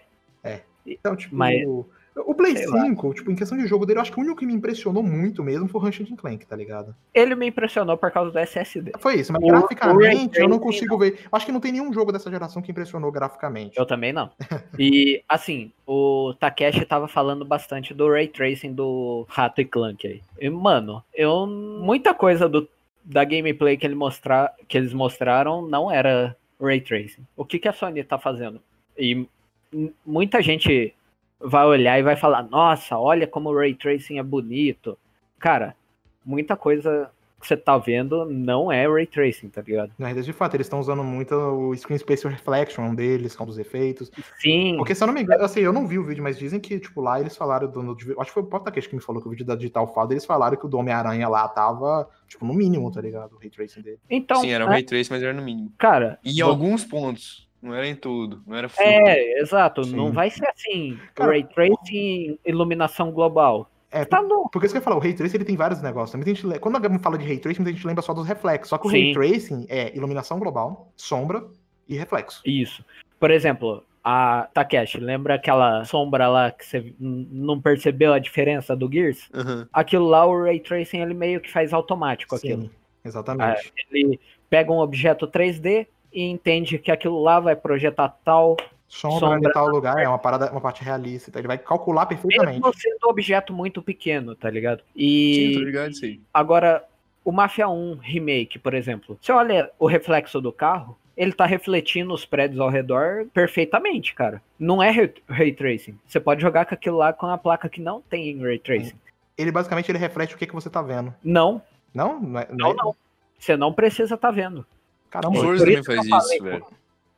[SPEAKER 1] Então, tipo,
[SPEAKER 3] Mas-
[SPEAKER 1] O Play
[SPEAKER 3] Sei lá.
[SPEAKER 1] 5, tipo, em questão de jogo dele, eu acho que o único que me impressionou muito mesmo foi o Ratchet Clank, tá ligado?
[SPEAKER 3] Ele me impressionou por causa do SSD.
[SPEAKER 1] Foi isso, mas
[SPEAKER 3] O- o Ray
[SPEAKER 1] graficamente
[SPEAKER 3] Tracing
[SPEAKER 1] eu não consigo ver. Eu acho que não tem nenhum jogo dessa geração que impressionou graficamente.
[SPEAKER 3] Eu também não. E, assim, o Takeshi tava falando bastante do ray tracing do Rato e Clank aí. E, mano, eu. Muita coisa do, da gameplay que, ele mostra, que eles mostraram não era ray tracing. O que, que a Sony tá fazendo? E m- muita gente vai olhar e vai falar: nossa, olha como o ray tracing é bonito. Cara, muita coisa que você tá vendo não é ray tracing, tá ligado?
[SPEAKER 1] Mas de fato, né? eles estão usando muito o Screen Space Reflection é um deles, que é um dos efeitos.
[SPEAKER 3] Sim,
[SPEAKER 1] Porque se eu não me engano, assim, eu não vi o vídeo, mas dizem que, tipo, lá eles falaram do. no- acho que foi o Portaquete que me falou que o vídeo da Digital Fada, eles falaram que o do Homem-Aranha lá tava, tipo, no mínimo, tá ligado? O ray tracing dele.
[SPEAKER 3] então,
[SPEAKER 2] Sim, era um
[SPEAKER 3] né,
[SPEAKER 2] Ray Trace, mas era no mínimo.
[SPEAKER 3] cara.
[SPEAKER 2] E em
[SPEAKER 3] Bom.
[SPEAKER 2] alguns pontos. Não era em tudo. Não era full.
[SPEAKER 3] É, exato.
[SPEAKER 1] Sim.
[SPEAKER 3] Não vai ser assim,
[SPEAKER 1] Cara,
[SPEAKER 3] ray tracing, iluminação global.
[SPEAKER 1] É,
[SPEAKER 3] Tá no.
[SPEAKER 1] Porque isso que eu ia falar, o ray tracing ele tem vários negócios. Muita gente, le- quando alguém fala de ray tracing, muita gente lembra só dos reflexos. Só que o ray
[SPEAKER 3] Sim.
[SPEAKER 1] tracing é iluminação global, sombra e reflexo.
[SPEAKER 3] Isso. Por exemplo, a Takeshi, lembra aquela sombra lá que você n- não percebeu a diferença do Gears?
[SPEAKER 2] Aham.
[SPEAKER 3] Aquilo lá, o ray tracing, ele meio que faz automático aquilo.
[SPEAKER 1] Sim, exatamente.
[SPEAKER 3] Ele pega um objeto 3D e entende que aquilo lá vai projetar tal,
[SPEAKER 1] Sombra,
[SPEAKER 3] Sombra.
[SPEAKER 1] em tal lugar é uma parada, uma parte realista. Então ele vai calcular perfeitamente.
[SPEAKER 3] mesmo sendo um objeto muito pequeno, tá ligado?
[SPEAKER 2] Sim,
[SPEAKER 3] E
[SPEAKER 2] tô ligado, isso aí.
[SPEAKER 3] Agora, o Mafia 1 Remake, por exemplo, você olha o reflexo do carro, ele tá refletindo os prédios ao redor perfeitamente, cara. Não é ray- ray tracing. Você pode jogar com aquilo lá com a placa que não tem ray tracing.
[SPEAKER 1] Ele basicamente ele reflete o que, que você tá vendo.
[SPEAKER 3] Não,
[SPEAKER 1] Não? Não, é-
[SPEAKER 3] não,
[SPEAKER 1] é-
[SPEAKER 3] não. Você não precisa tá vendo.
[SPEAKER 1] Caramba,
[SPEAKER 2] O
[SPEAKER 3] Por
[SPEAKER 2] Forza
[SPEAKER 3] isso
[SPEAKER 2] também
[SPEAKER 3] que eu
[SPEAKER 2] faz
[SPEAKER 3] falei,
[SPEAKER 2] isso, velho.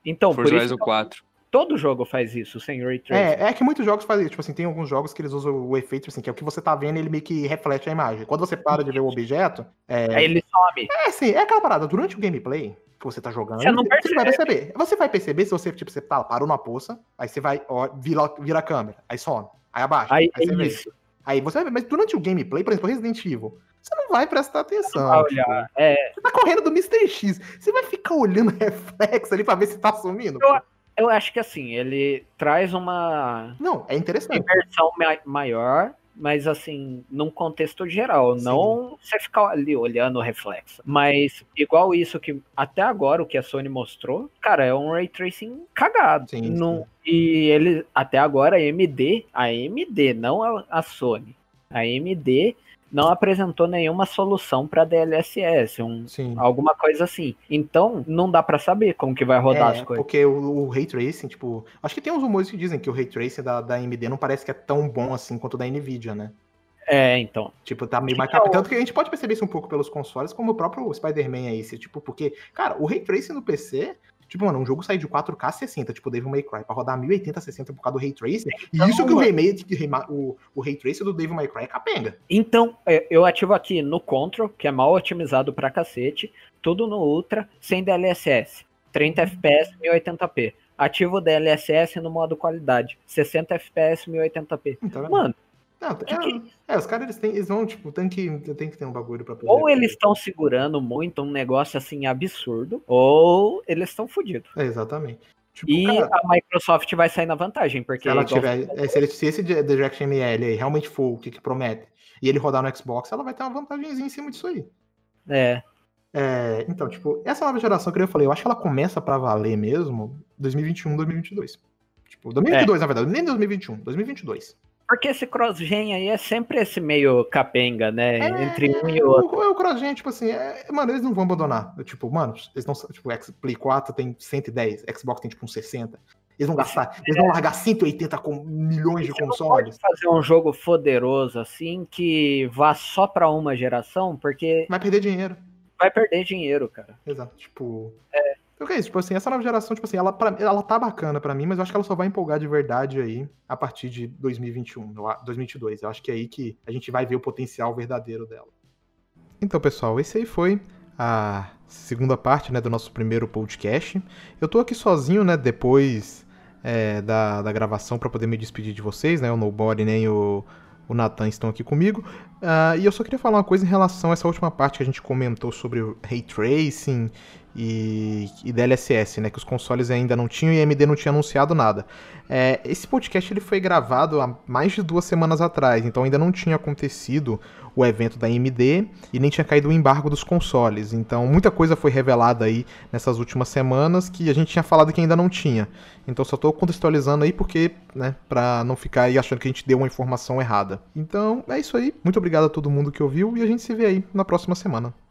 [SPEAKER 3] Então, por
[SPEAKER 2] Forza
[SPEAKER 3] isso
[SPEAKER 2] Horizon
[SPEAKER 3] que
[SPEAKER 2] 4.
[SPEAKER 3] todo jogo faz isso sem ray tracing.
[SPEAKER 1] É, é que muitos jogos fazem, tipo assim, tem alguns jogos que eles usam o efeito, assim, que é o que você tá vendo, ele meio que reflete a imagem. Quando você para de ver o objeto,
[SPEAKER 3] Aí ele some.
[SPEAKER 1] é assim, é aquela parada, durante o gameplay que você tá jogando,
[SPEAKER 3] Você não
[SPEAKER 1] vai perceber. Você vai perceber se você, tipo, você tá, parou numa poça, aí você vai, ó, vira, vira a câmera, aí some, aí abaixa,
[SPEAKER 3] Aí é
[SPEAKER 1] você vê.
[SPEAKER 3] isso.
[SPEAKER 1] Aí você vai ver, mas durante o gameplay, por exemplo, Resident Evil, você não vai prestar atenção.
[SPEAKER 3] vai olhar,
[SPEAKER 1] tipo.
[SPEAKER 3] é.
[SPEAKER 1] Você tá correndo do Mr. X, você vai ficar olhando reflexo ali pra ver se tá sumindo?
[SPEAKER 3] Eu- Eu acho que assim, ele traz uma
[SPEAKER 1] Não, é interessante.
[SPEAKER 3] imersão ma- maior, mas assim, num contexto geral,
[SPEAKER 1] Sim.
[SPEAKER 3] não você ficar ali olhando o reflexo. Mas igual isso que até agora o que a Sony mostrou, cara, é um ray tracing cagado.
[SPEAKER 1] Sim,
[SPEAKER 3] Não- E ele até agora a AMD, a AMD, não a, a Sony. A AMD não apresentou nenhuma solução para DLSS, um
[SPEAKER 1] Sim.
[SPEAKER 3] Alguma coisa assim. Então, não dá pra saber como que vai rodar
[SPEAKER 1] É,
[SPEAKER 3] as coisas.
[SPEAKER 1] Porque o, o Ray Tracing, tipo. Acho que tem uns rumores que dizem que o Ray Tracing da, da AMD não parece que é tão bom assim quanto o da Nvidia, né?
[SPEAKER 3] É, então.
[SPEAKER 1] Tipo, tá meio
[SPEAKER 3] Que
[SPEAKER 1] mais
[SPEAKER 3] que é
[SPEAKER 1] cap-
[SPEAKER 3] o-
[SPEAKER 1] Tanto que a gente pode perceber isso um pouco pelos consoles, como o próprio Spider-Man aí. se, tipo, porque, cara, o Ray Tracing no PC. Tipo, mano, um jogo sai de 4K 60, tipo Devil May Cry, pra rodar 1080 60 por causa do Ray Tracing.
[SPEAKER 3] Então,
[SPEAKER 1] e isso que o,
[SPEAKER 3] mano.
[SPEAKER 1] remake, rema- o, o Ray Tracing do Devil May Cry é capenga.
[SPEAKER 3] Então, é, eu ativo aqui no Control, que é mal otimizado pra cacete, tudo no Ultra, sem DLSS, 30
[SPEAKER 1] Uhum.
[SPEAKER 3] FPS, 1080p. Ativo o DLSS no modo qualidade, 60 FPS, 1080p.
[SPEAKER 1] Então, né?
[SPEAKER 3] Mano,
[SPEAKER 1] Não,
[SPEAKER 3] que
[SPEAKER 1] é,
[SPEAKER 3] que-
[SPEAKER 1] é, os caras, eles, têm, eles vão, tipo, tem que, tem que ter um bagulho pra poder...
[SPEAKER 3] ou eles estão segurando muito um negócio assim absurdo, ou eles estão fodidos.
[SPEAKER 1] É, exatamente. Tipo,
[SPEAKER 3] E
[SPEAKER 1] cara,
[SPEAKER 3] a Microsoft vai sair na vantagem, porque
[SPEAKER 1] Se ela
[SPEAKER 3] igual-
[SPEAKER 1] tiver. é, se, ele- se esse Di- Direct ML aí realmente for o que, que promete e ele rodar no Xbox, ela vai ter uma vantagemzinha em cima disso aí.
[SPEAKER 3] é,
[SPEAKER 1] É, então, tipo, essa nova geração que eu falei, eu acho que ela começa pra valer mesmo 2021, 2022. Tipo,
[SPEAKER 3] É.
[SPEAKER 1] 2022, na verdade, nem 2021, 2022.
[SPEAKER 3] porque esse cross-gen aí é sempre esse meio capenga, né?
[SPEAKER 1] É,
[SPEAKER 3] Entre um e outro.
[SPEAKER 1] O, é o CrossGen, tipo assim, é- mano, eles não vão abandonar. Eu, Tipo, mano, eles não. Tipo, X- Play 4 tem 110, Xbox tem tipo uns 60. Eles vão gastar,
[SPEAKER 3] é.
[SPEAKER 1] eles vão largar 180 com milhões de
[SPEAKER 3] Você não
[SPEAKER 1] consoles.
[SPEAKER 3] pode fazer um jogo poderoso assim que vá só pra uma geração, porque
[SPEAKER 1] Vai perder dinheiro.
[SPEAKER 3] vai perder dinheiro, cara.
[SPEAKER 1] Exato, tipo. É. Ok, tipo assim, essa nova geração, tipo assim, ela, pra- ela tá bacana pra mim, mas eu acho que ela só vai empolgar de verdade aí a partir de 2021, eu a- 2022. Eu acho que é aí que a gente vai ver o potencial verdadeiro dela. Então, pessoal, esse aí foi a segunda parte, né, do nosso primeiro podcast. Eu tô aqui sozinho, né, depois é, da, da gravação pra poder me despedir de vocês, né, o Nobody nem o, o Nathan estão aqui comigo. Ah, e eu só queria falar uma coisa em relação a essa última parte que a gente comentou sobre o ray tracing e, e DLSS, né? Que os consoles ainda não tinham e a AMD não tinha anunciado nada. É, esse podcast ele foi gravado há mais de duas semanas atrás, então ainda não tinha acontecido o evento da AMD e nem tinha caído o embargo dos consoles. Então muita coisa foi revelada aí nessas últimas semanas que a gente tinha falado que ainda não tinha. Então só estou contextualizando aí porque, né, para não ficar aí achando que a gente deu uma informação errada. Então é isso aí. Muito obrigado a todo mundo que ouviu e a gente se vê aí na próxima semana.